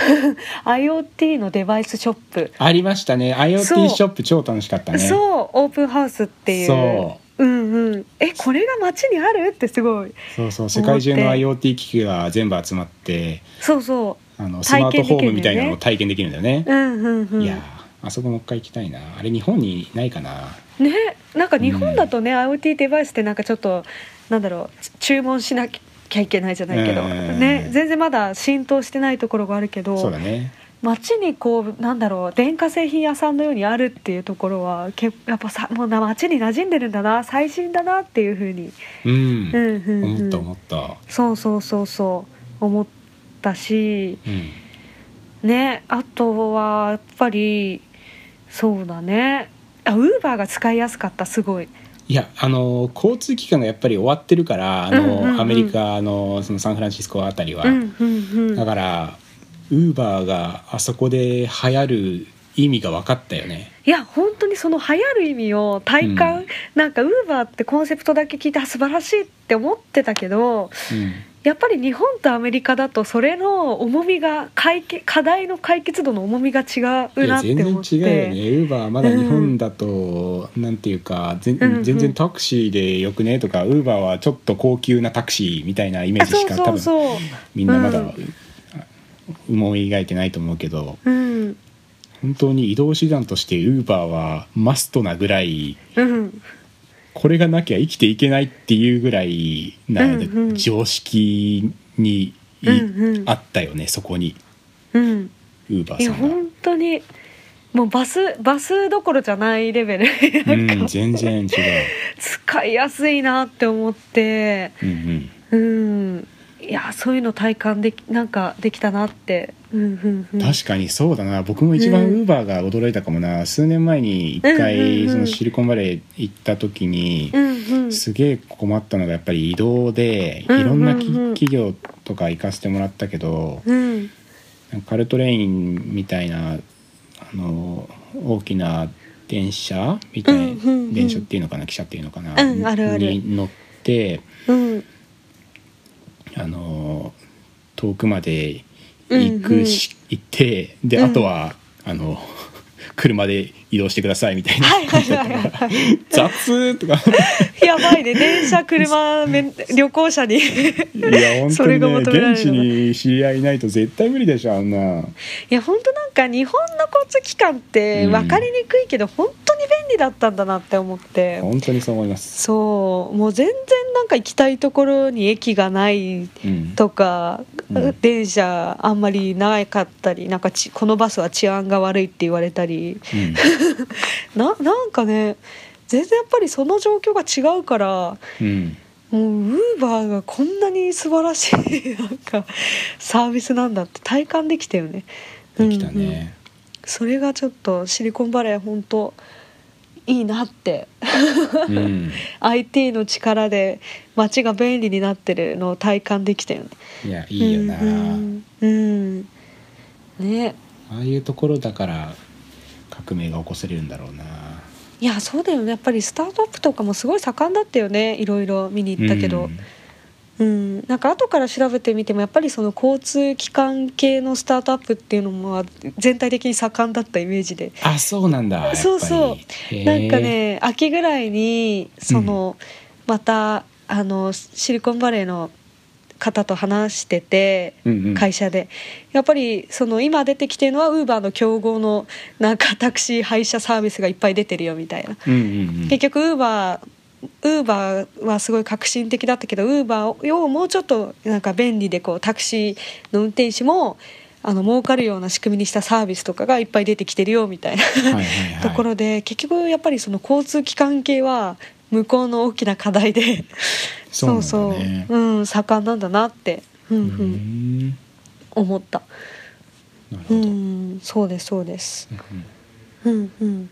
S1: IoT のデバイスショップ、
S2: ありましたね IoT
S1: そう
S2: ショップ超楽しかったねう
S1: そうオープンハウスっていう、
S2: そう
S1: んうん、えこれが町にあるってすごい
S2: そうそう世界中の
S1: 思って
S2: IoT 機器が全部集まって
S1: そうそ
S2: あのスマ
S1: 体験
S2: ートホームみ
S1: できるんだよね
S2: たいなのを体験できるんだよね
S1: ううんうんうん
S2: いやーあそこもう一回行きたいなあれ日本にないかな
S1: ねなんか日本だとね、IoT デバイスってなんかちょっとなんだろうち注文しなきゃいけないじゃないけど、
S2: うん
S1: ね全然まだ浸透してないところがあるけど
S2: そうだね
S1: 街にこうなんだろう電化製品屋さんのようにあるっていうところはけやっぱさもうな街に馴染んでるんだな最新だなっていうふうに、
S2: うん
S1: う、んうん
S2: 思
S1: う
S2: っ
S1: ん
S2: た思った、
S1: そうそうそうそう思ったし
S2: うん、
S1: ねあとはやっぱりそうだねあウーバーが使いやすかったすごい。
S2: いやあの交通機関がやっぱり終わってるからあ
S1: う
S2: の、
S1: んうんうん
S2: アメリカのそのサンフランシスコあたりは、
S1: うんうんう
S2: だ
S1: ん、
S2: からウーバーがあそこで流行る意味が分かったよね
S1: いや本当にその流行る意味を体感、
S2: うん
S1: なんかウーバーってコンセプトだけ聞いてあ素晴らしいって思ってたけどやっぱり日本とアメリカだとそれの重みが解決課題の解決度の重みが違
S2: いう
S1: な
S2: や
S1: っ
S2: 全
S1: て
S2: 然
S1: 思っ
S2: 違
S1: て
S2: うよねウーバーまだ日本だと、なんていうか
S1: う
S2: 全
S1: んうん
S2: 全然タクシーでよくねとかウーバーはちょっと高級なタクシーみたいなイメー
S1: あ
S2: ジ
S1: そ
S2: し
S1: う
S2: か
S1: そう
S2: 多分
S1: そう
S2: みんなまだ、
S1: うん
S2: 思い描いてないと思うけど
S1: うん
S2: 本当に移動手段としてウーバーはマストなぐらい
S1: うん
S2: これがなきゃ生きていけないっていうぐらいな
S1: うんうん
S2: 常識にい、
S1: うんうん
S2: あったよねそこに
S1: うん
S2: ウーバ
S1: い
S2: ー
S1: や
S2: さんが。
S1: 本当にもうバスバスどころじゃないレベル
S2: う
S1: なんか
S2: ん、全然違う、
S1: 使いやすいなって思って
S2: うんうん、
S1: うんいやそういうの体感できなんかできたなってうんうんうん
S2: 確かにそうだな僕も一番ウ
S1: うん
S2: ーバーが驚いたかもな、数年前に一
S1: う
S2: 回、
S1: んうんうん
S2: そのシリコンバレー行った時に、
S1: うんうん
S2: すげえ困ったのがやっぱり移動で、
S1: うんうんうん
S2: いろんなき企業とか行かせてもらったけど、
S1: うん
S2: カルトレインみたいなあの大きな電車みたいな、
S1: うんうんうん
S2: 電車っていうのかな汽車っていうのかな、
S1: うんあるある
S2: に乗って
S1: うん
S2: あの遠くまで行くし、行ってで、
S1: うん
S2: あとはあの車で移動してくださいみたいな
S1: はいはいはいはいはい
S2: 雑とか
S1: やばいね電車車めん旅行者に
S2: い や本
S1: そ
S2: 当
S1: れ
S2: に
S1: が
S2: ね
S1: 求められるの
S2: 現地に知り合いいないと絶対無理でしょあんない
S1: や本当なんか日本の交通機関って
S2: うん
S1: 分かりにくいけど、本当に便利だったんだなって思って
S2: 本当にそう思います。
S1: そうもう全然なんか行きたいところに駅がない
S2: うん
S1: とか、
S2: うん
S1: 電車あんまりなかったりなんかちこのバスは治安が悪いって言われたり
S2: うん
S1: ななんかね全然やっぱりその状況が違うから
S2: うん
S1: もうウーバーがこんなに素晴らしい なんかサービスなんだって体感できたよね。
S2: できたね。
S1: うんうんそれがちょっとシリコンバレー本当いいなって
S2: うん
S1: IT の力で街が便利になってるのを体感できたよね。
S2: いやいいよな、
S1: うん、うんね
S2: ああいうところだから革命が起こせれるんだろうない
S1: やそうだよねやっぱりスタートアップとかもすごい盛んだったよねいろいろ見に行ったけど、うんなんか後から調べてみてもやっぱりその交通機関系のスタートアップっていうのも全体的に盛んだったイメージで
S2: あそうなんだやっぱり
S1: そうそう
S2: へえ
S1: なんかね秋ぐらいにその、またあのシリコンバレーの方と話してて
S2: うんうん
S1: 会社で、やっぱりその今出てきてるのはウーバーの競合のなんかタクシー配車サービスがいっぱい出てるよみたいな。
S2: うんうんうん
S1: 結局ウーバーウーバーはすごい革新的だったけどウーバーをもうちょっとなんか便利でこうタクシーの運転手もあの儲かるような仕組みにしたサービスとかがいっぱい出てきてるよみたいな
S2: はいはいは い
S1: ところで、結局やっぱりその交通機関系は向こうの大きな課題で
S2: そう
S1: そう
S2: なんだね
S1: そう、うん、盛んなんだなって、うんう
S2: うんーんな
S1: 思った、
S2: るほ
S1: う
S2: ど、
S1: ん、そうですそうです、うんうん、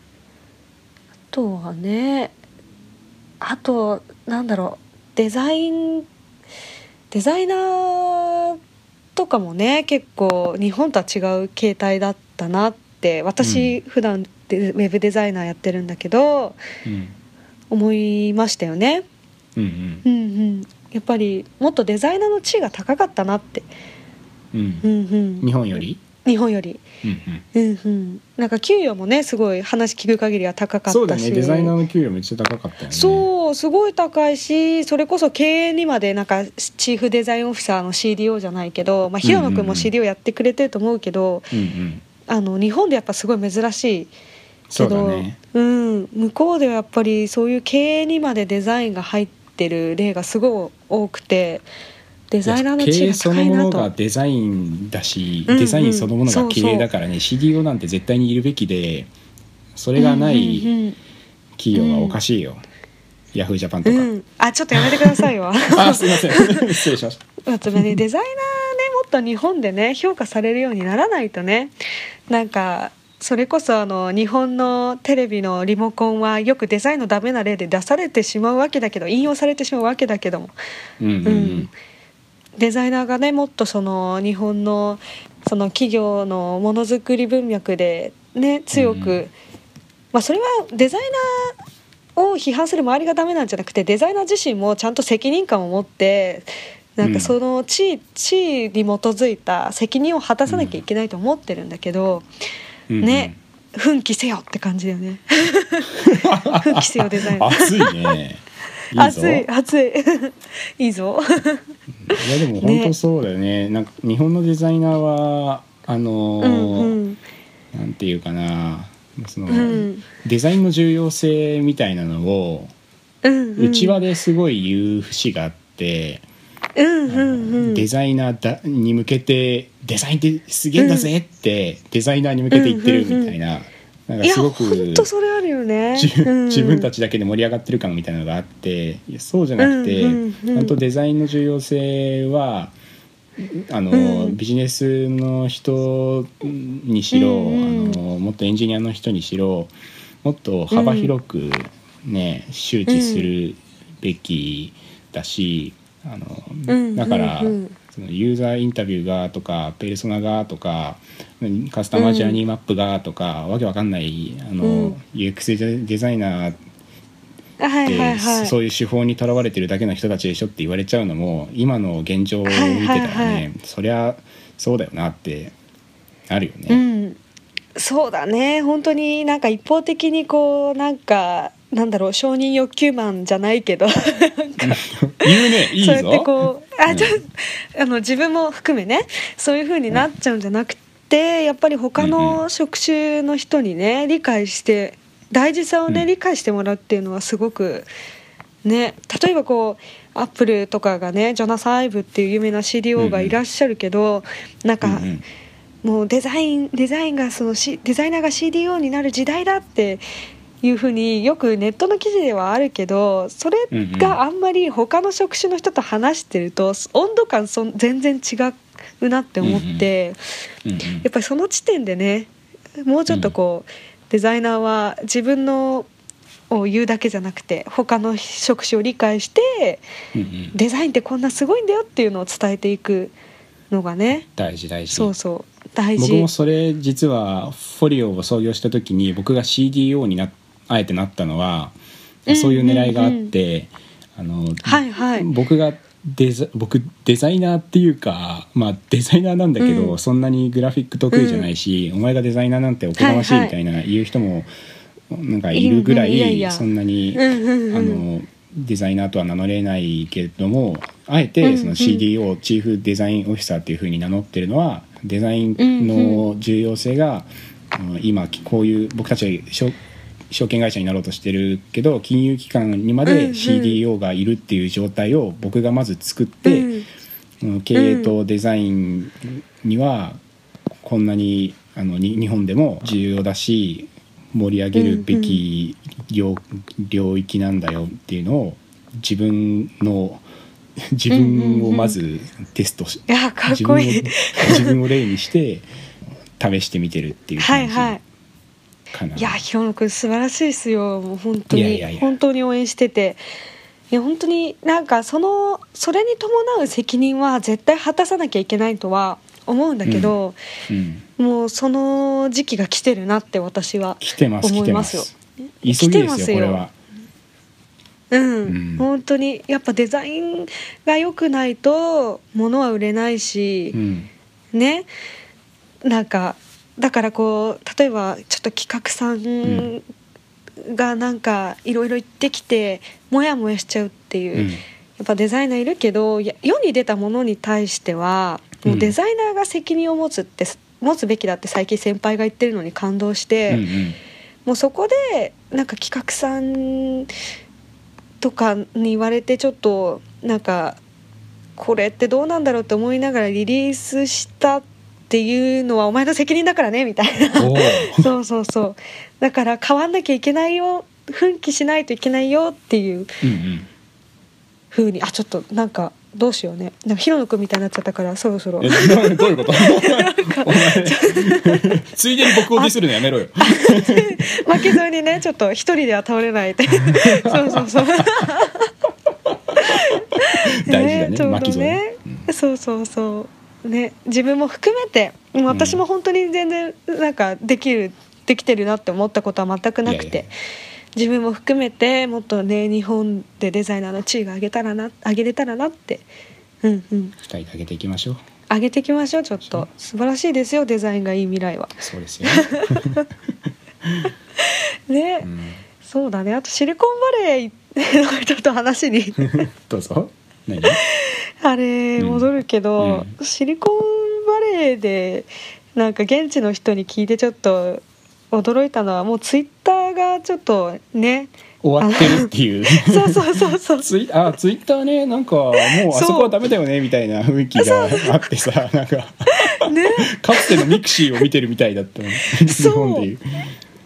S1: あとはねあとなんだろうデザインデザイナーとかもね結構日本とは違う形態だったなって私普段でウェブデザイナーやってるんだけど
S2: うん
S1: 思いましたよね。
S2: うんうん
S1: うんうん、やっぱりもっとデザイナーの地位が高かったなって、
S2: うん
S1: う
S2: うん
S1: うん
S2: ん、日本より、
S1: 日本より、
S2: うんうん、
S1: うんうん、なんか給与もねすごい話聞く限りは高かったし
S2: そうだねデザイナーの給料めっちゃ高かったよね
S1: そうすごい高いしそれこそ経営にまでなんかチーフデザインオフィサーの CDO じゃないけど、まあ、平野君も CDO やってくれてると思うけど、
S2: うんうん
S1: あの日本でやっぱすごい珍しい
S2: そ
S1: け
S2: うだ
S1: ど
S2: ね
S1: うん、向こうではやっぱりそういう経営にまでデザインが入ってる例がすごい多くてデザイナーの
S2: 経
S1: 地
S2: 営
S1: が
S2: その
S1: 高い
S2: も
S1: な
S2: のが
S1: と
S2: デザインだし、
S1: うんうん
S2: デザインそのものが経営だからね CDO なんて絶対にいるべきでそれがな
S1: うんう
S2: い
S1: んうん
S2: 企業はおかしいよ、ヤフージャパンとか、
S1: うん、あちょっとやめてくださいよ
S2: あすいません失礼しました
S1: まあつまりデザイナーねもっと日本でね評価されるようにならないとねなんかそれこそあの日本のテレビのリモコンはよくデザインのダメな例で出されてしまうわけだけど引用されてしまうわけだけども
S2: うんうんうん
S1: デザイナーがねもっとその日本のその企業のものづくり文脈でね強く、
S2: うん
S1: まあそれはデザイナーを批判する周りがダメなんじゃなくてデザイナー自身もちゃんと責任感を持ってなん
S2: うん
S1: かその地位,、地位に基づいた責任を果たさなきゃいけないと思ってるんだけど、
S2: うんうん
S1: ね奮起せよって感じだよ ね奮起せよデザイナー
S2: 熱い ねいいぞ
S1: 熱い熱いい いぞ
S2: いやでも本当そうだよねなんか日本のデザイナーはあのー
S1: うんうん
S2: なんていうかなその、
S1: うん
S2: デザインの重要性みたいなのを
S1: うんうん
S2: うちわですごい言う節があって、
S1: うんうんうん
S2: デザイナーだに向けてデザインってすげえんだぜって、デザイナーに向けて言ってるみたいな,、なん
S1: い
S2: か
S1: や
S2: すごく
S1: 本当それあるよね
S2: 自分自分た
S1: ち
S2: ちだけで盛り上がってる感みたいなのがあっていやそうじゃなくて、
S1: うんうんうん
S2: ちゃんとデザインの重要性はあの、
S1: うん
S2: ビジネスの人にしろ、
S1: うんうん
S2: あのもっとエンジニアの人にしろもっと幅広く、ね周知するべきだし、あの
S1: うん
S2: だから、
S1: うんうん
S2: そのユーザーインタビューがとかペルソナがとかカスタマージャーニーマップがとか、わけわかんないあの、
S1: うん
S2: UX デザイナーっ
S1: はい
S2: て、
S1: はいはい
S2: そういう手法にとらわれてるだけの人たちでしょって言われちゃうのも今の現状を見てたらね、
S1: はいはいはい
S2: そりゃそうだよなってなるよ
S1: う
S2: ね。
S1: んそうだね本当になんか一方的にこうなんかなんだろう承認欲求マンじゃないけどなんか
S2: 言うねいい
S1: そうやって
S2: ぞ
S1: こうあ
S2: うん
S1: ちょあの自分も含めねそういう風になっちゃうんじゃなくてやっぱり他
S2: うんう
S1: の職種の人にね理解して大事さを
S2: う
S1: ね
S2: ん
S1: 理解してもらうっていうのはすごくね例えばこうアップルとかがねジョナサン・アイブっていう有名な CDO がいらっしゃるけどなんか
S2: うんうん
S1: もうデザインデザインがそのしデザイナーが CDO になる時代だっていうふうによくネットの記事ではあるけどそれがあんまり他の職種の人と話してると温度感そん全然違うなって思って、
S2: うんうん
S1: やっぱりその時点でねもうちょっとこう、デザイナーは自分のを言うだけじゃなくて他の職種を理解して
S2: うんうん
S1: デザインってこんなすごいんだよっていうのを伝えていくのがね
S2: 大事大事
S1: そうそう大事。
S2: 僕もそれ実はフォリオを創業した時に僕が CDO になあえてなったのは、
S1: うん
S2: そういう狙いがあって、あの、
S1: はいはい
S2: 僕がデザ僕デザイナーっていうか、まあ、デザイナーなんだけど、
S1: うん
S2: そんなにグラフィック得意じゃないし、お前がデザイナーなんておこがましいみたいな言う人もなんかいるぐらい,、
S1: いやいや
S2: そんなに、
S1: うんうんうん
S2: あのデザイナーとは名乗れないけれどもあえ
S1: うんう
S2: て
S1: ん
S2: その CDO チーフデザインオフィサーっていうふうに名乗ってるのはデザインの重要性が、あの今こういう僕たち証証券会社になろうとしてるけど金融機関にま
S1: うんう
S2: で
S1: ん
S2: CDO がいるっていう状態を僕がまず作って、
S1: うん
S2: うん経営とデザインにはこんなにあのに日本でも重要だし盛り上げるべき領,、領域なんだよっていうのを自分の自分をまずテストし、
S1: いやかっこいい
S2: 自。分を自分を例にして試してみてるっていう
S1: はい
S2: 感じかな。
S1: はい。いやひろのくん素晴らしいですよ。もう本当に
S2: いやいやいや
S1: 本当に応援してて。いや本当になんかそのそれに伴う責任は絶対果たさなきゃいけないとは思うんだけど、
S2: うん、
S1: もうその時期が来てるなって私は
S2: 来てます来
S1: 思
S2: て
S1: い
S2: ま
S1: ますよ
S2: す。急ぎ
S1: 来て
S2: で
S1: ますす
S2: よ
S1: よ
S2: これは。
S1: うん、
S2: うん
S1: 本当にやっぱデザインが良くないと物は売れないし
S2: う、ん
S1: ねなんかだからこう例えばちょっと企画さんがなんかいろいろ言ってきてモヤモヤしちゃうっていう、や
S2: うん
S1: っぱデザイナーいるけどや世に出たものに対してはもううんデザイナーが責任を持つって持つべきだって最近先輩が言ってるのに感動し
S2: う
S1: て、
S2: んうん
S1: もうそこでなんか企画さんとかに言われてちょっとなんかこれってどうなんだろうって思いながらリリースしたっていうのはお前の責任だからねみたいな
S2: おー
S1: そうそうそうだから変わんなきゃいけないよ奮起しないといけないよっていう
S2: うん
S1: ふうにあちょっとなんかどうしようねなんかヒロノ君みたいになっちゃったからそろそろ
S2: うん、えどどうい うことお前ついでに僕をディスるのやめろよ
S1: 負けずにねちょっと一人では倒れ ないってそうそうそう
S2: 大事だね
S1: ちょう
S2: 巻き
S1: ど
S2: 添え
S1: ね、そうそうそうね自分も含めてもう私も本当に全然なんかできるできてるなって思ったことは全くなくて
S2: いやいや
S1: 自分も含めてもっとね日本でデザイナーの地位が上げたらな上げれたらなってうんうん
S2: 二人で上げていきましょう
S1: 上げていきましょうちょっと素晴らしいですよデザインがいい未来は
S2: そうですよ、
S1: ね、
S2: うん、
S1: そうだねあとシリコンバレーの人と話に
S2: どうぞ何
S1: あれ
S2: うん
S1: 戻るけど、シリコンバレーでなんか現地の人に聞いてちょっと驚いたのはもうツイッターがちょっと ね
S2: 終わってるっていう
S1: そうそうそうそう
S2: ツイあツイッターねなんかもうあそこはダメだよねみたいな雰囲気があってさなんか
S1: ね
S2: かつてのミクシーを見てるみたいだったの日本でいう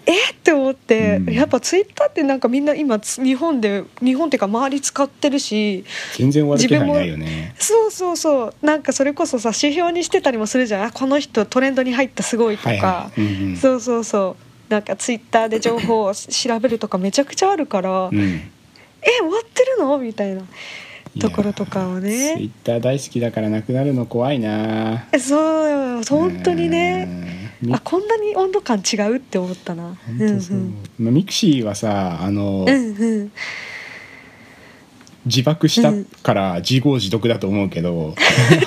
S1: えって思って、
S2: うん
S1: やっぱツイッターってなんかみんな今つ日本で日本っていうか周り使ってるし
S2: 全然終わる気配ないよね
S1: そうそうそうなんかそれこそさ指標にしてたりもするじゃんあこの人トレンドに入ったすごいとか。
S2: はいはい、うんうん
S1: そうそうそうなんかツイッターで情報をし調べるとかめちゃくちゃあるから、
S2: う
S1: え
S2: ん
S1: 終わってるのみたいなところとかを
S2: いやーツイ
S1: ね
S2: ッター大好きだからなくなるの怖いな
S1: えそう本当にね
S2: うん
S1: あこんなに温度感違うって思ったな
S2: 本当そう、
S1: ん
S2: まあミクシーはさあ
S1: うんう
S2: の、
S1: んうん
S2: 自爆したから自業自得だと思うけど、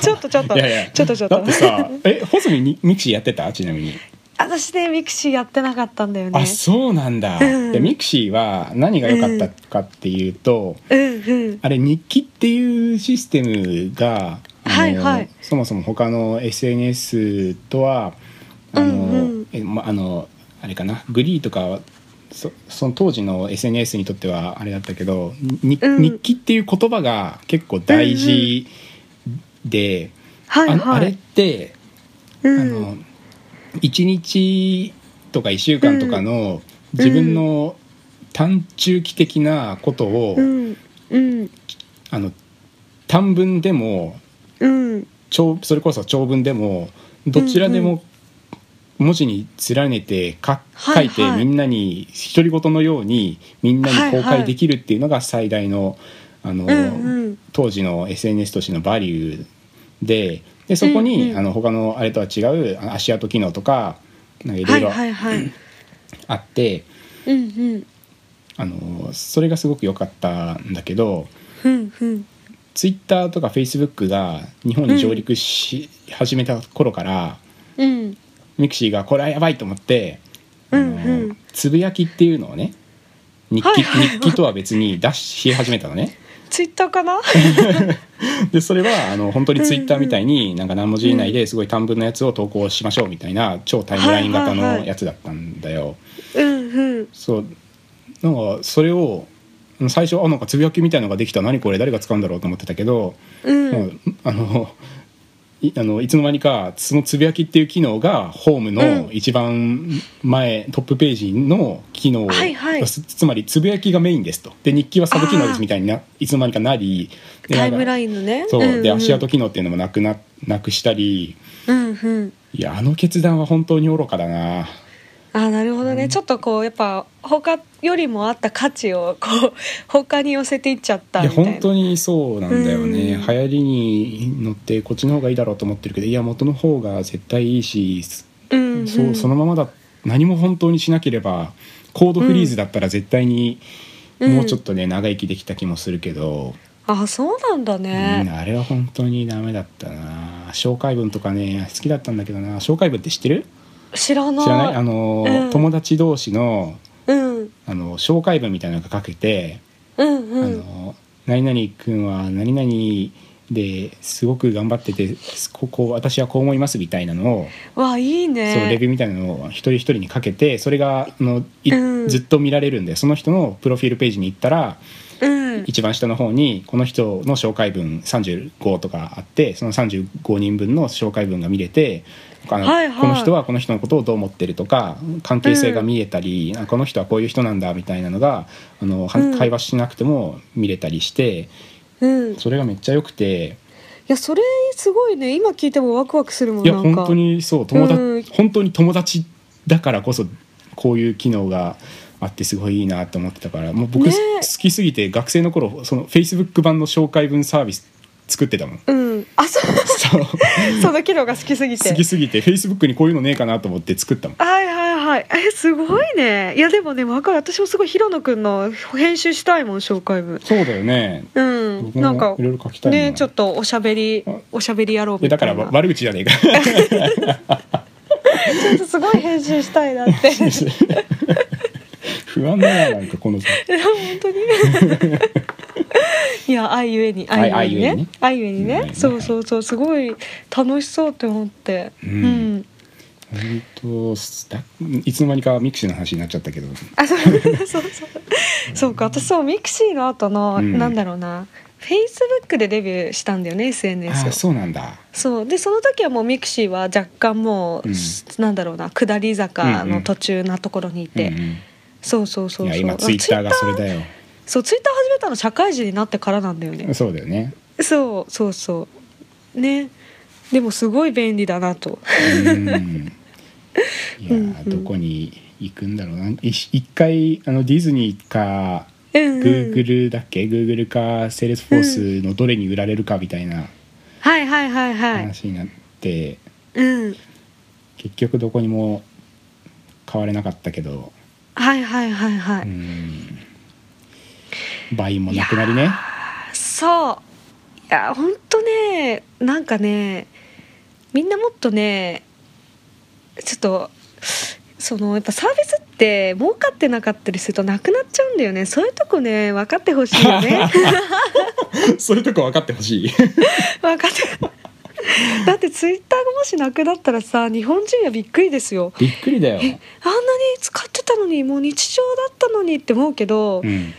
S1: ちょっとちょっと
S2: いやいや
S1: ちょっとちょっ
S2: だ
S1: と
S2: ってさえホズミにミクシーやってたちなみに
S1: 私ねミクシーやってなかったんだよね
S2: あそうな んだ、
S1: うん
S2: でミクシーは何が良かったかっていうと、
S1: うんうん
S2: あれ日記っていうシステムが、あの
S1: はいはい
S2: そもそも他の SNS とはあの、
S1: うんうん
S2: えまあのあれかなグリーとかそその当時の SNS にとってはあれだったけどに
S1: うん
S2: 日記っていう言葉が結構大事で、
S1: はい
S2: ああ
S1: は
S2: れっ
S1: い
S2: て
S1: う
S2: あ
S1: ん
S2: の1日とか1週間とかの自分の短中期的なことを、
S1: うんうん
S2: あの短文でも
S1: うん
S2: 長それこそ長文でもどちらでも文字に連ねてか書
S1: はい
S2: い
S1: はい
S2: てみんなに独り言のようにみんなに公開できるっていうのが最大のあの、
S1: うんうん
S2: 当時の SNS としてのバリューででそこに、
S1: うんうん
S2: あの他のあれとは違うあの足跡機能とかなんか
S1: は
S2: いろ
S1: いい
S2: ろ
S1: はいはい
S2: あって、
S1: うんうん
S2: あのそれがすごく良かったんだけど
S1: うんうん
S2: ツイッターとかフェイスブックが日本に上陸し、始めた頃から
S1: うん
S2: ミクシーがこれはやばいと思って、
S1: うんう
S2: あの
S1: ん
S2: つぶやきっていうのをね日記,、
S1: はいはいはい
S2: 日記とは別に出し始めたのね。
S1: ツイッターか な
S2: でそれはあの本当にツイッターみたいになんか何文字以内ですごい短文のやつを投稿しましょうみたいな超タイムライン型
S1: はいはいは
S2: の
S1: い
S2: やつだったんだよ。
S1: うんうん
S2: そうなんかそれを最初あなんかつぶやきみたいのができた何これ誰が使うんだろうと思ってたけど、
S1: うん
S2: もうあのいあのいつの間にかそのつぶやきっていう機能がホームの
S1: うん
S2: 一番前、トップページの機能を、
S1: はいはい
S2: つつまりつぶやきがメインですとで日記はサブ機能で
S1: あ
S2: す
S1: ー
S2: みたいにないつの間にかなりで
S1: タイムラ
S2: イン
S1: インのね。
S2: そう、
S1: ん
S2: で足跡。機能っていうのもなくななくしたり
S1: うんうん。
S2: いやあの決断は本当に愚かだな
S1: あーなるほどね、ちょっとこうやっぱ他よりもあった価値をこう他に寄せていっちゃった
S2: い
S1: み
S2: や
S1: たいな
S2: 本当にそうなんだよね、
S1: うん
S2: 流行りに乗ってこっちの方がいいだろうと思ってるけどいや元の方が絶対いいし、
S1: うんうん、
S2: そうそのままだ何も本当にしなければコードフリーズだったら絶対に
S1: うん
S2: もうちょっとね、長生きできた気もするけど、
S1: あそうなんだ
S2: う
S1: ね、
S2: んあれは本当にダメだったな紹介文とかね好きだったんだけどな紹介文って知ってる
S1: 知らない
S2: 知らないあの、
S1: うん
S2: 友達同士の
S1: うん
S2: あの紹介文みたいなのが書けて
S1: うんう
S2: あ
S1: ん
S2: の何々君は何々ですごく頑張っててここう私はこう思いますみたいなのを、
S1: わいいね
S2: そのレビューみたいなのを一人一人にかけてそれがあのい
S1: うん
S2: ずっと見られるんでその人のプロフィールページに行ったら
S1: うん
S2: 一番下の方にこの人の紹介文35とかあってその35人分の紹介文が見れてあの、
S1: はいはい
S2: この人はこの人のことをどう思ってるとか関係性が見えたり、あこの人はこういう人なんだみたいなのがあの、は
S1: うん
S2: 会話しなくても見れたりして
S1: うんい
S2: それがめっちゃ良くて
S1: やそれすごいね今聞いてもワクワクするもん
S2: いや
S1: なんか
S2: 本当にそう友達、
S1: うん
S2: 本当に友達だからこそこういう機能があってすごいいいなと思ってたからもう僕、
S1: ね
S2: 好きすぎて学生の頃その Facebook 版の紹介文サービス作ってたもん
S1: うんあそう
S2: そう
S1: その機能が好きすぎて
S2: 好きすぎて Facebook にこういうのねえかなと思って作ったもん
S1: はいはい はいえすごいねいやでもねわかる私もすごい広野くんの編集したいもん紹介文
S2: そうだよね
S1: うん
S2: 僕
S1: なん
S2: も
S1: か
S2: いろいろ書きたいもんな
S1: ねちょっとおしゃべり
S2: あ
S1: おしゃべり野郎
S2: いや
S1: みた
S2: だ
S1: い
S2: か
S1: な
S2: らわ悪口じゃねえか
S1: ちょっと すごい編集したいなっ て本
S2: 不安だななんかこの
S1: 当に いや愛ゆえに
S2: 愛
S1: 愛ゆえにね愛ゆえに
S2: 愛ゆえに
S1: ね
S2: ね
S1: そうそうそうすごい楽しそうって思って
S2: う
S1: うんん
S2: 本当すだいつの間にかミクシーの話になっちゃったけど
S1: あそう そうそうそうか私そうミクシーの後の
S2: うん
S1: なんだろうなフェイスブックでデビューしたんだよね SNS
S2: あ
S1: を
S2: そうなんだ
S1: そうでその時はもうミクシーは若干もう、
S2: うん
S1: なんだろうな下り坂の途中なところにいて、
S2: うんうん
S1: そうそうそうそう
S2: いや今ツイッターがそれだよ
S1: そうツイッター始めたの社会人になってからなんだよね
S2: そうだよね
S1: そうそうそうねでもすごい便利だなと
S2: うんいや
S1: うんう
S2: ー
S1: ん
S2: どこに行くんだろうない一回あのディズニーか
S1: うん、うん、
S2: グーグルだっけグーグルかセールスフォースのどれに売られるかみたいな
S1: はいはいはいはい
S2: 話になって、
S1: うん
S2: 結局どこにも買われなかったけど、
S1: はいはいはいはい、
S2: うん倍もなくなりね
S1: そういやほんとねなんかねみんなもっとねちょっとそのやっぱサービスって儲かってなかったりするとなくなっちゃうんだよねそういうとこね分かってほしいよ ね
S2: そういうとこ分かって ほしい
S1: 分かってだってツイッターがもしなくなったらさ日本人はびっくりですよ
S2: びっくりだよ、
S1: あんなに使ってたのにもう日常だったのにって思うけど、
S2: うん、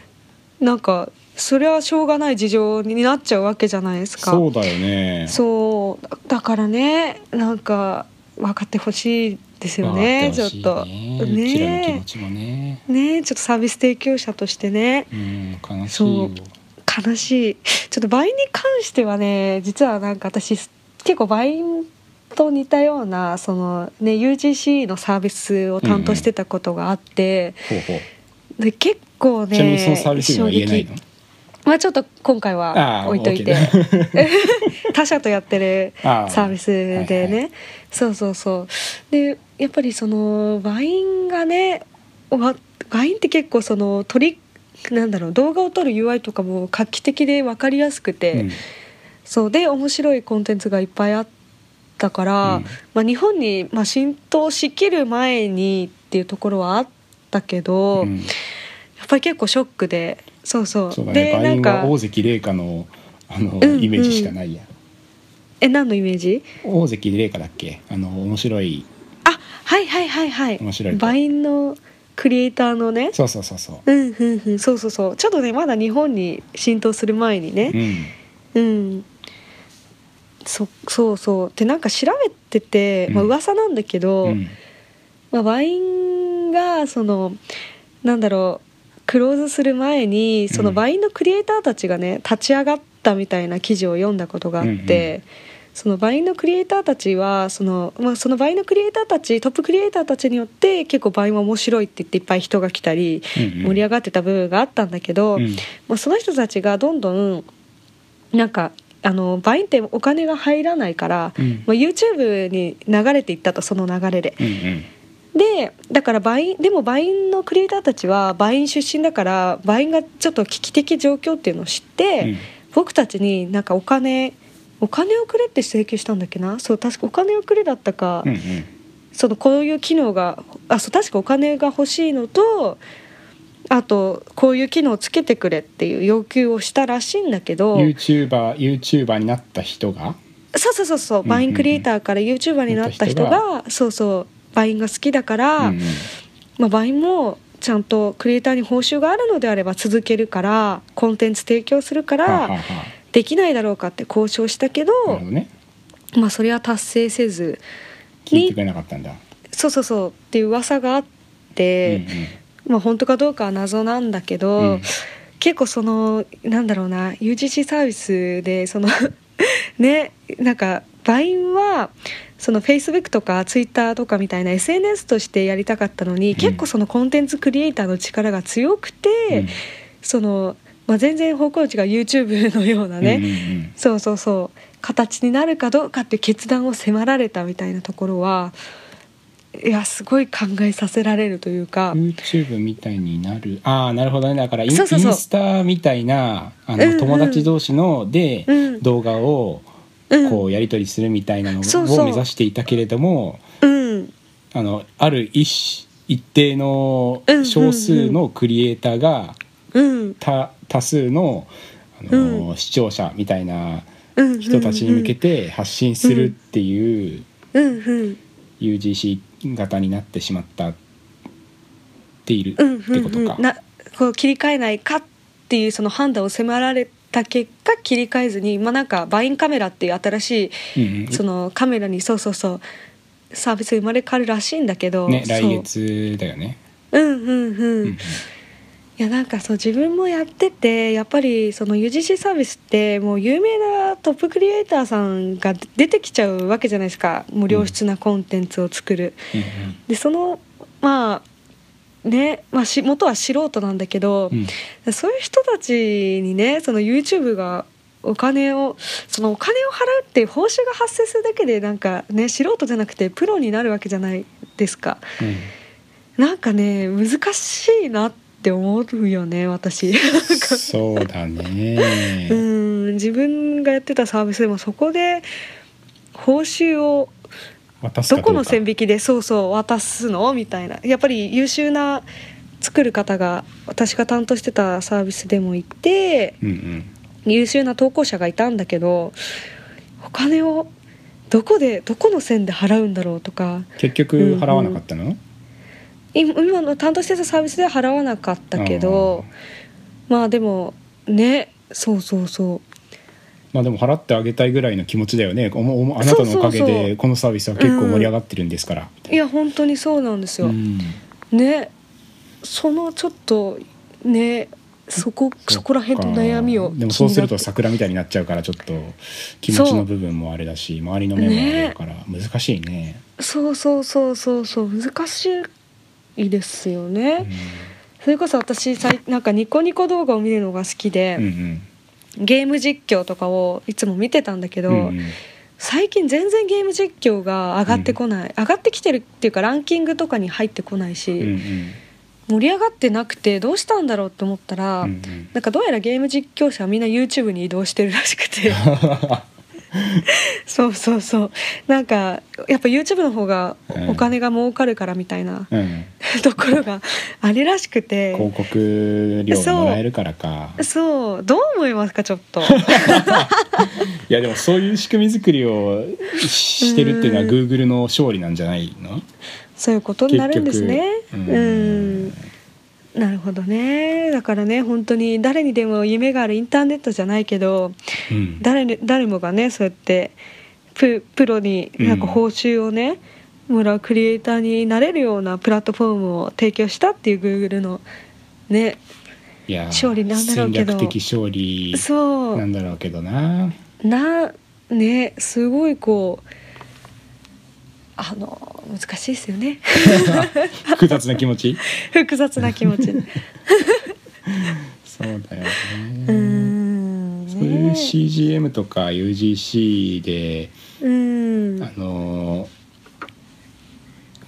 S1: なんかそれはしょうがない事情になっちゃうわけじゃないですか
S2: そうだよね
S1: そうだだからねなんか分かってほしいですよね
S2: 分
S1: ち
S2: か
S1: ょ
S2: っ
S1: って
S2: ほ
S1: と
S2: しいねうちらの気持
S1: ね
S2: ちもね
S1: ねちょっとサービス提供者としてね
S2: うん悲しい
S1: そ
S2: よ
S1: う悲しいちょっと倍に関してはね実はなんか私結構倍と似たようなその、ね、UGC のサービスを担当してたことがあって、
S2: ほうほう
S1: で結構ね
S2: ちなみにそのサービスには言えないの
S1: 衝撃まあちょっと今回
S2: あ
S1: は
S2: ー
S1: 置いといて他社とやってる
S2: あ
S1: サービスでね、
S2: はいは
S1: そうそうそうでやっぱりそのワインがねわワインって結構その取りなんだろう動画を撮る UI とかも画期的で分かりやすくて、
S2: うん
S1: そうで面白いコンテンツがいっぱいあったから、
S2: うん
S1: まあ、日本に、まあ、浸透しきる前にっていうところはあったけど、
S2: うん
S1: やっぱり結構ショックでそうそう
S2: そうだ
S1: でなん
S2: ねバインは
S1: か
S2: 大関玲香のあの、
S1: んうん
S2: イメージしかないや
S1: え何のイメージ
S2: 大関玲香だっけあの面白い
S1: あはいはいはいはい
S2: 面白い
S1: バインのクリエイターのね
S2: そうそうそうそう
S1: うんうんうんそうそうそうちょっとねまだ日本に浸透する前に
S2: う
S1: ね
S2: ん
S1: うん、そそうそうでなんか調べてて、まあ
S2: うん
S1: 噂なんだけど、
S2: うん
S1: まあ、ワインがそのなんだろうクローズする前にその
S2: うん
S1: ワインのクリエイターたちがね立ち上がったみたいな記事を読んだことがあって、
S2: うんうん
S1: そのワインのクリエイターたちはその,、まあ、そのワインのクリエイターたちトップクリエイターたちによって結構ワインは面白いって言っていっぱい人が来たり盛り上
S2: が
S1: がってた部分があったんだけど、
S2: うん
S1: まあ、その人たちがどんどんなんかあのワインってお金が入らないから、
S2: うん
S1: まあ、YouTube に流れていったとその流れで。
S2: うんうん
S1: でだからバインでもバインのクリエイターたちはバイン出身だからバインがちょっと危機的状況っていうのを知って、
S2: うん
S1: 僕たちになんかお金お金をくれって請求したんだっけなそう確かお金をくれだったか、
S2: うん
S1: そのこういう機能があそう確かお金が欲しいのとあとこういう機能をつけてくれっていう要求をしたらしいんだけど
S2: うん YouTuber, YouTuber になった人が
S1: そうそうそうそう
S2: うんう
S1: バ
S2: んうん
S1: インクリエイターから YouTuber になった人
S2: なった
S1: がそうそうバインが好きだから。
S2: うんうん
S1: まあ、バインもちゃんとクリエイターに報酬があるのであれば続けるからコンテンツ提供するか
S2: はあはあ
S1: ら
S2: は
S1: できないだろうかって交渉したけど、
S2: あなるほどね
S1: まあそれは達成せず
S2: 聞いてくれなかったんだ、
S1: そうそうそうっていう噂があって、まあ本当かどうかは謎なんだけど、
S2: うんうんうん
S1: 結構そのなんだろうな UGC サービスでその ねなんか VINE はその Facebook とか Twitter とかみたいな SNS としてやりたかったのに、
S2: ん
S1: 結構そのコンテンツクリエイターの力が強くて、
S2: うん
S1: その、まあ、全然方向値が YouTube のようなね、
S2: うんうん
S1: そうそうそう形になるかどうかっていう決断を迫られたみたいなところはいやすごい考えさせられるというか、
S2: うん YouTube みたいになるああなるほどねだからイン
S1: そうそうそう
S2: インスタみたいなあの、
S1: うんうん
S2: 友達同士ので
S1: うん
S2: 動画を
S1: うん
S2: こうやり取りするみたいなの
S1: そうそう
S2: を目指していたけれども、
S1: うん
S2: あのある一一定の
S1: うんうんうん
S2: 少数のクリエイターが
S1: うん
S2: 多多数のあの、
S1: う
S2: 視聴者みたいな
S1: うん
S2: 人たちに向けて発信するっていう
S1: うんうん
S2: UGC 型になってしまったっているっ
S1: うんうん
S2: てこと
S1: うん
S2: か。
S1: なこう切り替えないかっていうその判断を迫られた結果切り替えずにまあなんかバインカメラっていう新し
S2: うんうん
S1: いそのカメラにそうそうそうサービス生まれ変わるらしいんだけど、
S2: ね、
S1: そう
S2: 来月だよね。
S1: うんうんう
S2: うん
S1: んいやなんかそう自分もやっててやっぱりその UGC サービスってもう有名なトップクリエイターさんが出てきちゃうわけじゃないですかもう良質なコンテンツを作る。でそのまあね、まあ、し元は素人なんだけど
S2: うんう、ん
S1: そういう人たちにねその YouTube がお金をそのお金を払うっていう報酬が発生するだけでなんかね素人じゃなくてプロになるわけじゃないですか。
S2: うん
S1: なんかね難しいなって思うよね私
S2: そうだね。
S1: うん自分がやってたサービスでもそこで報酬を
S2: 渡す
S1: ど
S2: か
S1: こ
S2: う
S1: の
S2: か
S1: 線引きでそうそう渡すのみたいなやっぱり優秀な作る方が私が担当してたサービスでもいて
S2: うんうん。
S1: 優秀な投稿者がいたんだけどお金をどこでどこの線で払うんだろうとか
S2: 結局払わなかったの？
S1: 今今の担当してたサービスでは払わなかったけど
S2: あー。
S1: まあでもねそうそうそ
S2: まあでも払ってあげたいぐらいの気持ちだよね。おもおもあなたのお
S1: そうそ
S2: かげ
S1: うそう
S2: でこのサービスは結構盛り上がってるんですから。
S1: ういや本当にそうなんですよ、
S2: うん
S1: ねそのちょっとねそこ
S2: っか
S1: そこら辺の悩みを
S2: でもそうする
S1: 気にな
S2: と
S1: って
S2: 桜みたいになっちゃうからちょっと気持ちの部分もあれだし周りの目もあれだから難しいね。
S1: そうそうそうそうそう難しいですよね、それこそ私さいなんかニコニコ動画を見るのが好き
S2: う
S1: で
S2: んう、ん
S1: ゲーム実況とかをいつも見てたんだけ
S2: う
S1: ど、
S2: んうん
S1: 最近全然ゲーム実況が上がってこない、上がってきてるっていうかランキングとかに入ってこないし、
S2: うんうん
S1: 盛り上がってなくてどうしたんだろうって思ったら、
S2: うんうん
S1: なんかどうやらゲーム実況者はみんな YouTube に移動してるらしくて そうそうそうなんかやっぱ YouTube の方が
S2: うん
S1: お金が儲かるからみたい な
S2: うん
S1: ところがあるらしくて
S2: 広告料がもらえるからか
S1: そうどう思いますかちょっ と
S2: いやでもそういう仕組み作りをしてるっていうのは
S1: うん
S2: Google の勝利なんじゃないの
S1: そういうことになるんですね
S2: 結
S1: うん
S2: 局うん
S1: なるほどねだからね本当に誰にでも夢があるインターネットじゃないけど
S2: うん
S1: 誰に誰もがねそうやってププロになんか
S2: うん
S1: 報酬をね、もらうクリエイターになれるようなプラットフォームを提供したっていうグーグルのね
S2: いや
S1: 勝利なんだろうけど
S2: 戦略的勝利
S1: そ
S2: な
S1: うん
S2: だろうけどな
S1: なねすごいこうあの難しいですよね
S2: 複雑な気持ち
S1: 複雑な気持 ち。う
S2: そうだよ
S1: ー
S2: ね
S1: んね
S2: そういう CGM とか UGC で
S1: うん
S2: あのー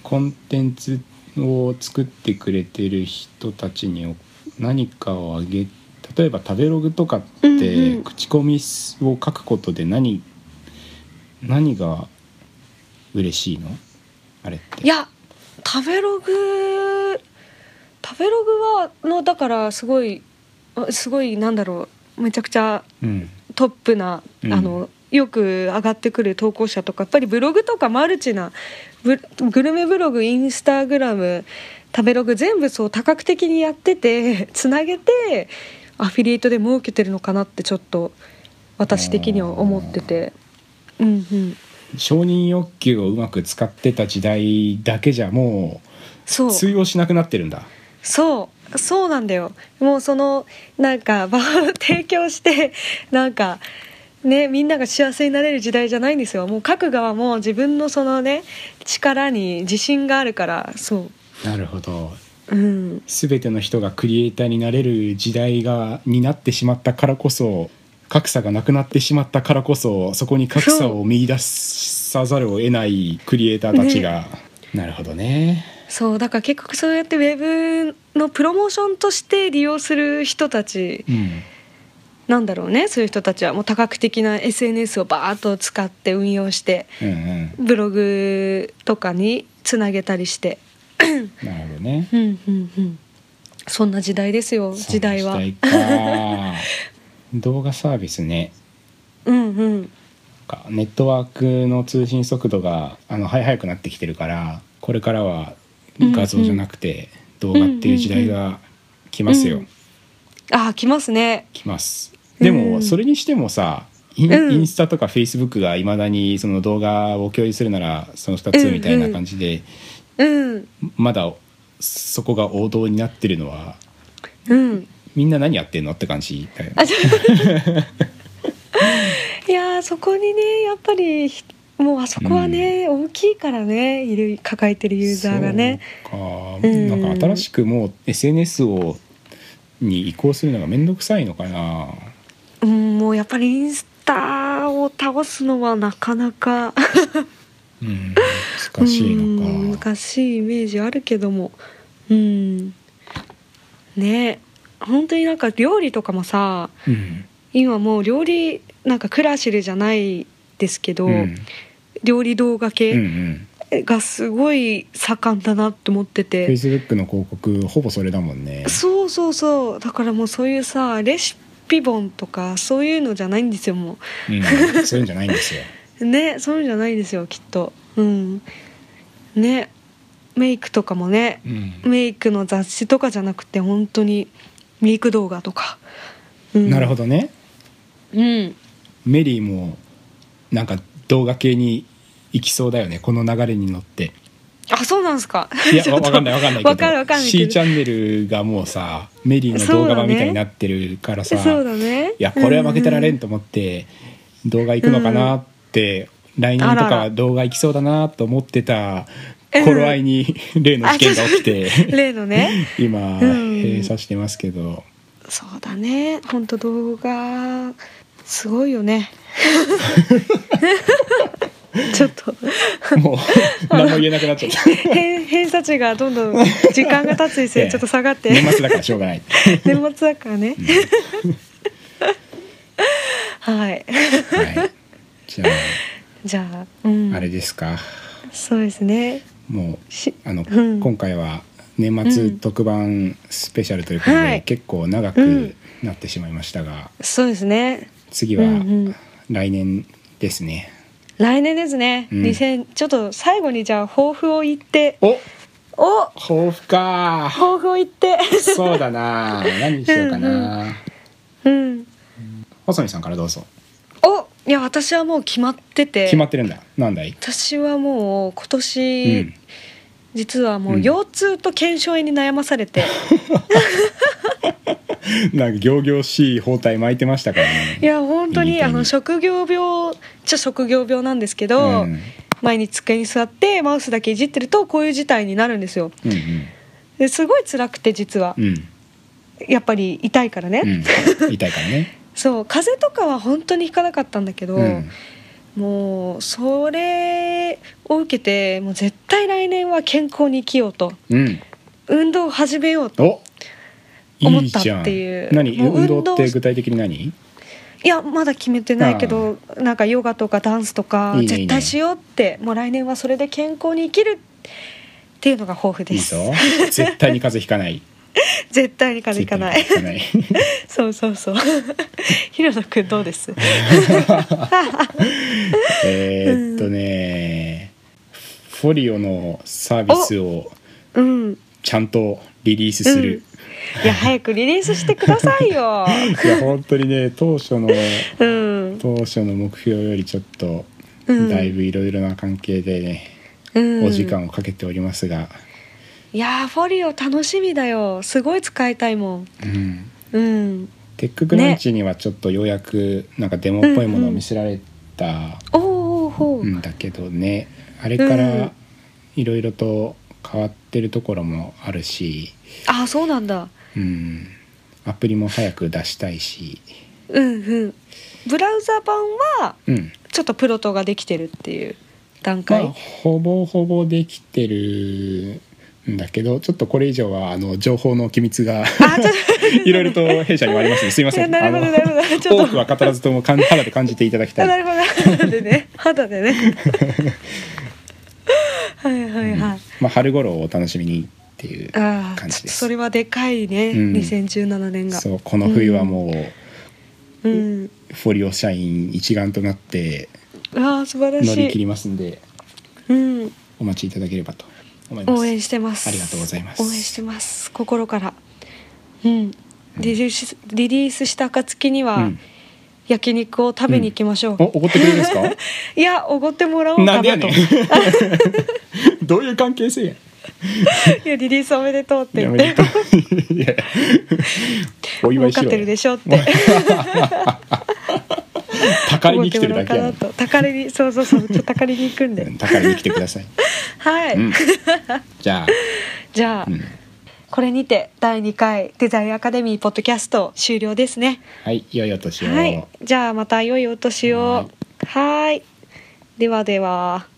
S2: コンテンツを作ってくれてる人たちにお何かをあげ例えば食べログとかって、
S1: うんうん
S2: 口コミを書くことで何何が嬉しいのあれって。
S1: いや食べログ食べログはのだからすごいあすごいなんだろうめちゃくちゃ
S2: うん
S1: トップな、
S2: うん
S1: あのよく上がってくる投稿者とかやっぱりブログとかマルチなブグルメブログインスタグラム食べログ全部そう多角的にやってて つなげてアフィリエイトで儲けてるのかなってちょっと私的には思ってて。うんうん、
S2: 承認欲求をうまく使ってた時代だけじゃも
S1: そう
S2: う通用しなくなってるんだ
S1: そうそうなんだよもうそのなんか場を提供してなんかねみんなが幸せになれる時代じゃないんですよもう各側も自分のそのね力に自信があるからそ
S2: なるほど
S1: ううん
S2: 全ての人がクリエイターになれる時代がになってしまったからこそ格差がなくなってしまったからこそそこに格差を見出さざるを得ないクリエイターたちが、なるほどね
S1: そうだから結局そうやってウェブのプロモーションとして利用する人たち
S2: うん
S1: なんだろうねそういう人たちはもう多角的な SNS をバーッと使って運用して
S2: うんうん
S1: ブログとかにつなげたりして
S2: なるほどね
S1: うんうんうんそんな時代ですよ時代は
S2: その時代か動画サービスね
S1: うんうん
S2: かネットワークの通信速度があのはい速くなってきてるからこれからは画像じゃなくて動画っていう時代が来ますよ、
S1: うんうんああ来ますね
S2: 来ますで
S1: う
S2: も
S1: ん
S2: それにしてもさイン,、
S1: うん
S2: スタとかフェイスブックがいまだにその動画を共有するならその2つみたいな感じで、
S1: うん
S2: まだそこが王道になってるのは
S1: うん
S2: みんな何やってんのって感じだよね
S1: あちょ いやーそこにねやっぱりひもうあそこはね、大きいからねいる抱えてるユーザーがね
S2: そう
S1: う
S2: か
S1: ん
S2: なんか新しくもう SNS をに移行するのが面倒くさいのかな
S1: うんもうやっぱりインスタを倒すのはなかなか
S2: うん難しい
S1: うん
S2: のか
S1: 難しいイメージあるけどもうんね本当になんか料理とかもさ
S2: うん
S1: 今もう料理なんかクラシルじゃないですけど、
S2: うんうん
S1: 料理動画
S2: う
S1: 系
S2: ん
S1: がすごい盛んだなって思ってて、
S2: Facebook の広告ほぼそれだもんね
S1: そうそうそうだからもうそういうさレシピ本とかそういうのじゃないんですよも
S2: うんそういうんじゃないんですよ
S1: うねそういうんじゃないですよきっとうんねメイクとかもね
S2: うん
S1: メイクの雑誌とかじゃなくて本当にメイク動画とか、うん
S2: なるほどね
S1: うん
S2: メリーもなんか動画系に行きそうだよねこの流れに乗って
S1: あそうなんですか
S2: いや
S1: ちょ
S2: わ
S1: っと
S2: わかんないわかんないけど
S1: わかるわかんないけど
S2: C チャンネルがもうさメリーの動画版みたいになってるからさ、
S1: そうだね
S2: いやこれは負けてられ
S1: うん
S2: と思って動画行くのかなって、来年と
S1: あらら
S2: か動画行きそうだなと思ってた
S1: うん
S2: 頃合いに例の事件が起き
S1: ん
S2: て
S1: 例のね
S2: 今
S1: うん
S2: 閉鎖してますけど
S1: そうだね本当動画すごいよ ねちょっと
S2: もう何も言えなくなっち ゃった
S1: 偏偏差値がどんどん時間が経つにつれ
S2: ええ
S1: ちょっと下がって
S2: 年末だからしょうがない。
S1: 年末だからねはい
S2: はい、じゃ
S1: じゃあ、うん、
S2: ああれですか
S1: そうですね
S2: もう
S1: し
S2: あの、
S1: うん
S2: 今回は年末特番スペシャルということで、
S1: うんはい
S2: 結構長
S1: うん
S2: くなってしまいましたが、
S1: そうですね
S2: 次は
S1: うんうん
S2: 来年ですね。
S1: 来年ですね、
S2: うん
S1: 2000ちょっと最後にじゃあ抱負を言って
S2: お
S1: お
S2: 抱負か
S1: 抱負を言って
S2: そうだな 何にしようかな
S1: うん
S2: 細見さんからどうぞ
S1: おいや私はもう決まってて
S2: 決まってるんだなんだい
S1: 私はもう今
S2: う
S1: 年、
S2: ん
S1: 実はも
S2: う
S1: うん腰痛と腱鞘炎に悩まされて、
S2: なんか仰々しい包帯巻いてましたからね
S1: いや本当
S2: いい
S1: に
S2: ね
S1: あの職業病ちょ職業病なんですけ
S2: う
S1: ど、
S2: んうん
S1: 毎日机に座ってマウスだけいじってるとこういう事態になるんですよ
S2: うん
S1: ですごい辛くて実は
S2: うん
S1: やっぱり痛いからね、
S2: うん痛いからね
S1: そう風邪とかは本当にひかなかったんだけど、
S2: うん
S1: もうそれを受けてもう絶対来年は健康に生きようと
S2: うん
S1: 運動を始めようと
S2: おい
S1: 思
S2: い
S1: った
S2: じゃ
S1: っ
S2: ん
S1: ていう
S2: 何
S1: もう
S2: 運動っ
S1: 運動
S2: て具体的に何
S1: いやまだ決めてないけどなんかヨガとかダンスとか
S2: いいね
S1: 絶対しようってもう来年はそれで健康に生きるっていうのが抱負
S2: い
S1: で
S2: い
S1: す
S2: ぞ絶対に風邪ひかない
S1: 絶対に 風邪ひかない
S2: 絶対に風邪ひかない
S1: そうそうそう ひろのくんどうです
S2: えーっとねフォリオのサービスを
S1: うん
S2: ちゃんとリリースする、
S1: いや早くリリースしてください よ
S2: いや本当にね当初の
S1: うん
S2: 当初の目標よりちょっと
S1: うん
S2: だいぶいろいろな関係でね、
S1: うん
S2: お時間をかけておりますが、
S1: いやーフォリオ楽しみだよすごい使いたいもん
S2: うん、
S1: うん
S2: テッククランチにはちょっとようやくなんかデモっぽいものを見せられた
S1: おーおーおー
S2: んだけどね、あれから
S1: うん
S2: いろいろと変わってるところもあるし、
S1: ああそうなんだ
S2: うん、アプリも早く出したいし、
S1: うんうんブラウザ版は
S2: うん
S1: ちょっとプロトができてるっていう段
S2: まあ、
S1: 階、
S2: ほぼほぼできてるんだけどちょっとこれ以上はあの情報の機密が
S1: あちょっ
S2: いろいろと弊社にはありますのですいません
S1: いやなるほどなるほど
S2: あの
S1: ちょっと
S2: 多くは語らずとも感肌で感じていただき
S1: と な
S2: たい。
S1: るほど肌でね肌で ねはいはいはい、
S2: まあ、春頃をお楽しみにっていう
S1: ああ
S2: 感じ
S1: ちょ
S2: です
S1: それはでかいね、
S2: うん
S1: 2017年が
S2: そうこの冬はもう
S1: うん、
S2: フォリオ社員一丸となって
S1: ああ素晴ら
S2: 乗り切
S1: しい、
S2: りますんで
S1: うん、
S2: お待ちいただければと思います
S1: 応援してます
S2: ありがとうございます
S1: 応援してます心からうんリリースリリースした暁に
S2: う
S1: は
S2: ん
S1: 焼肉を食べに行きましょう、
S2: お怒ってくれるんです か
S1: いやおごってもらおう
S2: な
S1: か
S2: んでや
S1: な
S2: ね
S1: と
S2: ん どういう関係性や
S1: いやリリースおめでとうって
S2: や
S1: 言っ
S2: め
S1: て
S2: ていや お祝
S1: 儲
S2: いし
S1: か
S2: ろ
S1: っ
S2: よ
S1: てるでしょって
S2: 高
S1: お
S2: り
S1: ごっ
S2: に来
S1: て
S2: て
S1: も
S2: る
S1: らおうか
S2: だけや
S1: なと高りにそうそうそうちょっと高りに行くんで
S2: ね高りに来てください、
S1: はい、
S2: うん、じゃ
S1: じゃあ、
S2: あ、うん、
S1: これにて第2回デザインアカデミーポッドキャスト終了ですね
S2: はい良いお年を、
S1: はいじゃあまた良いお年を
S2: は
S1: はいではでは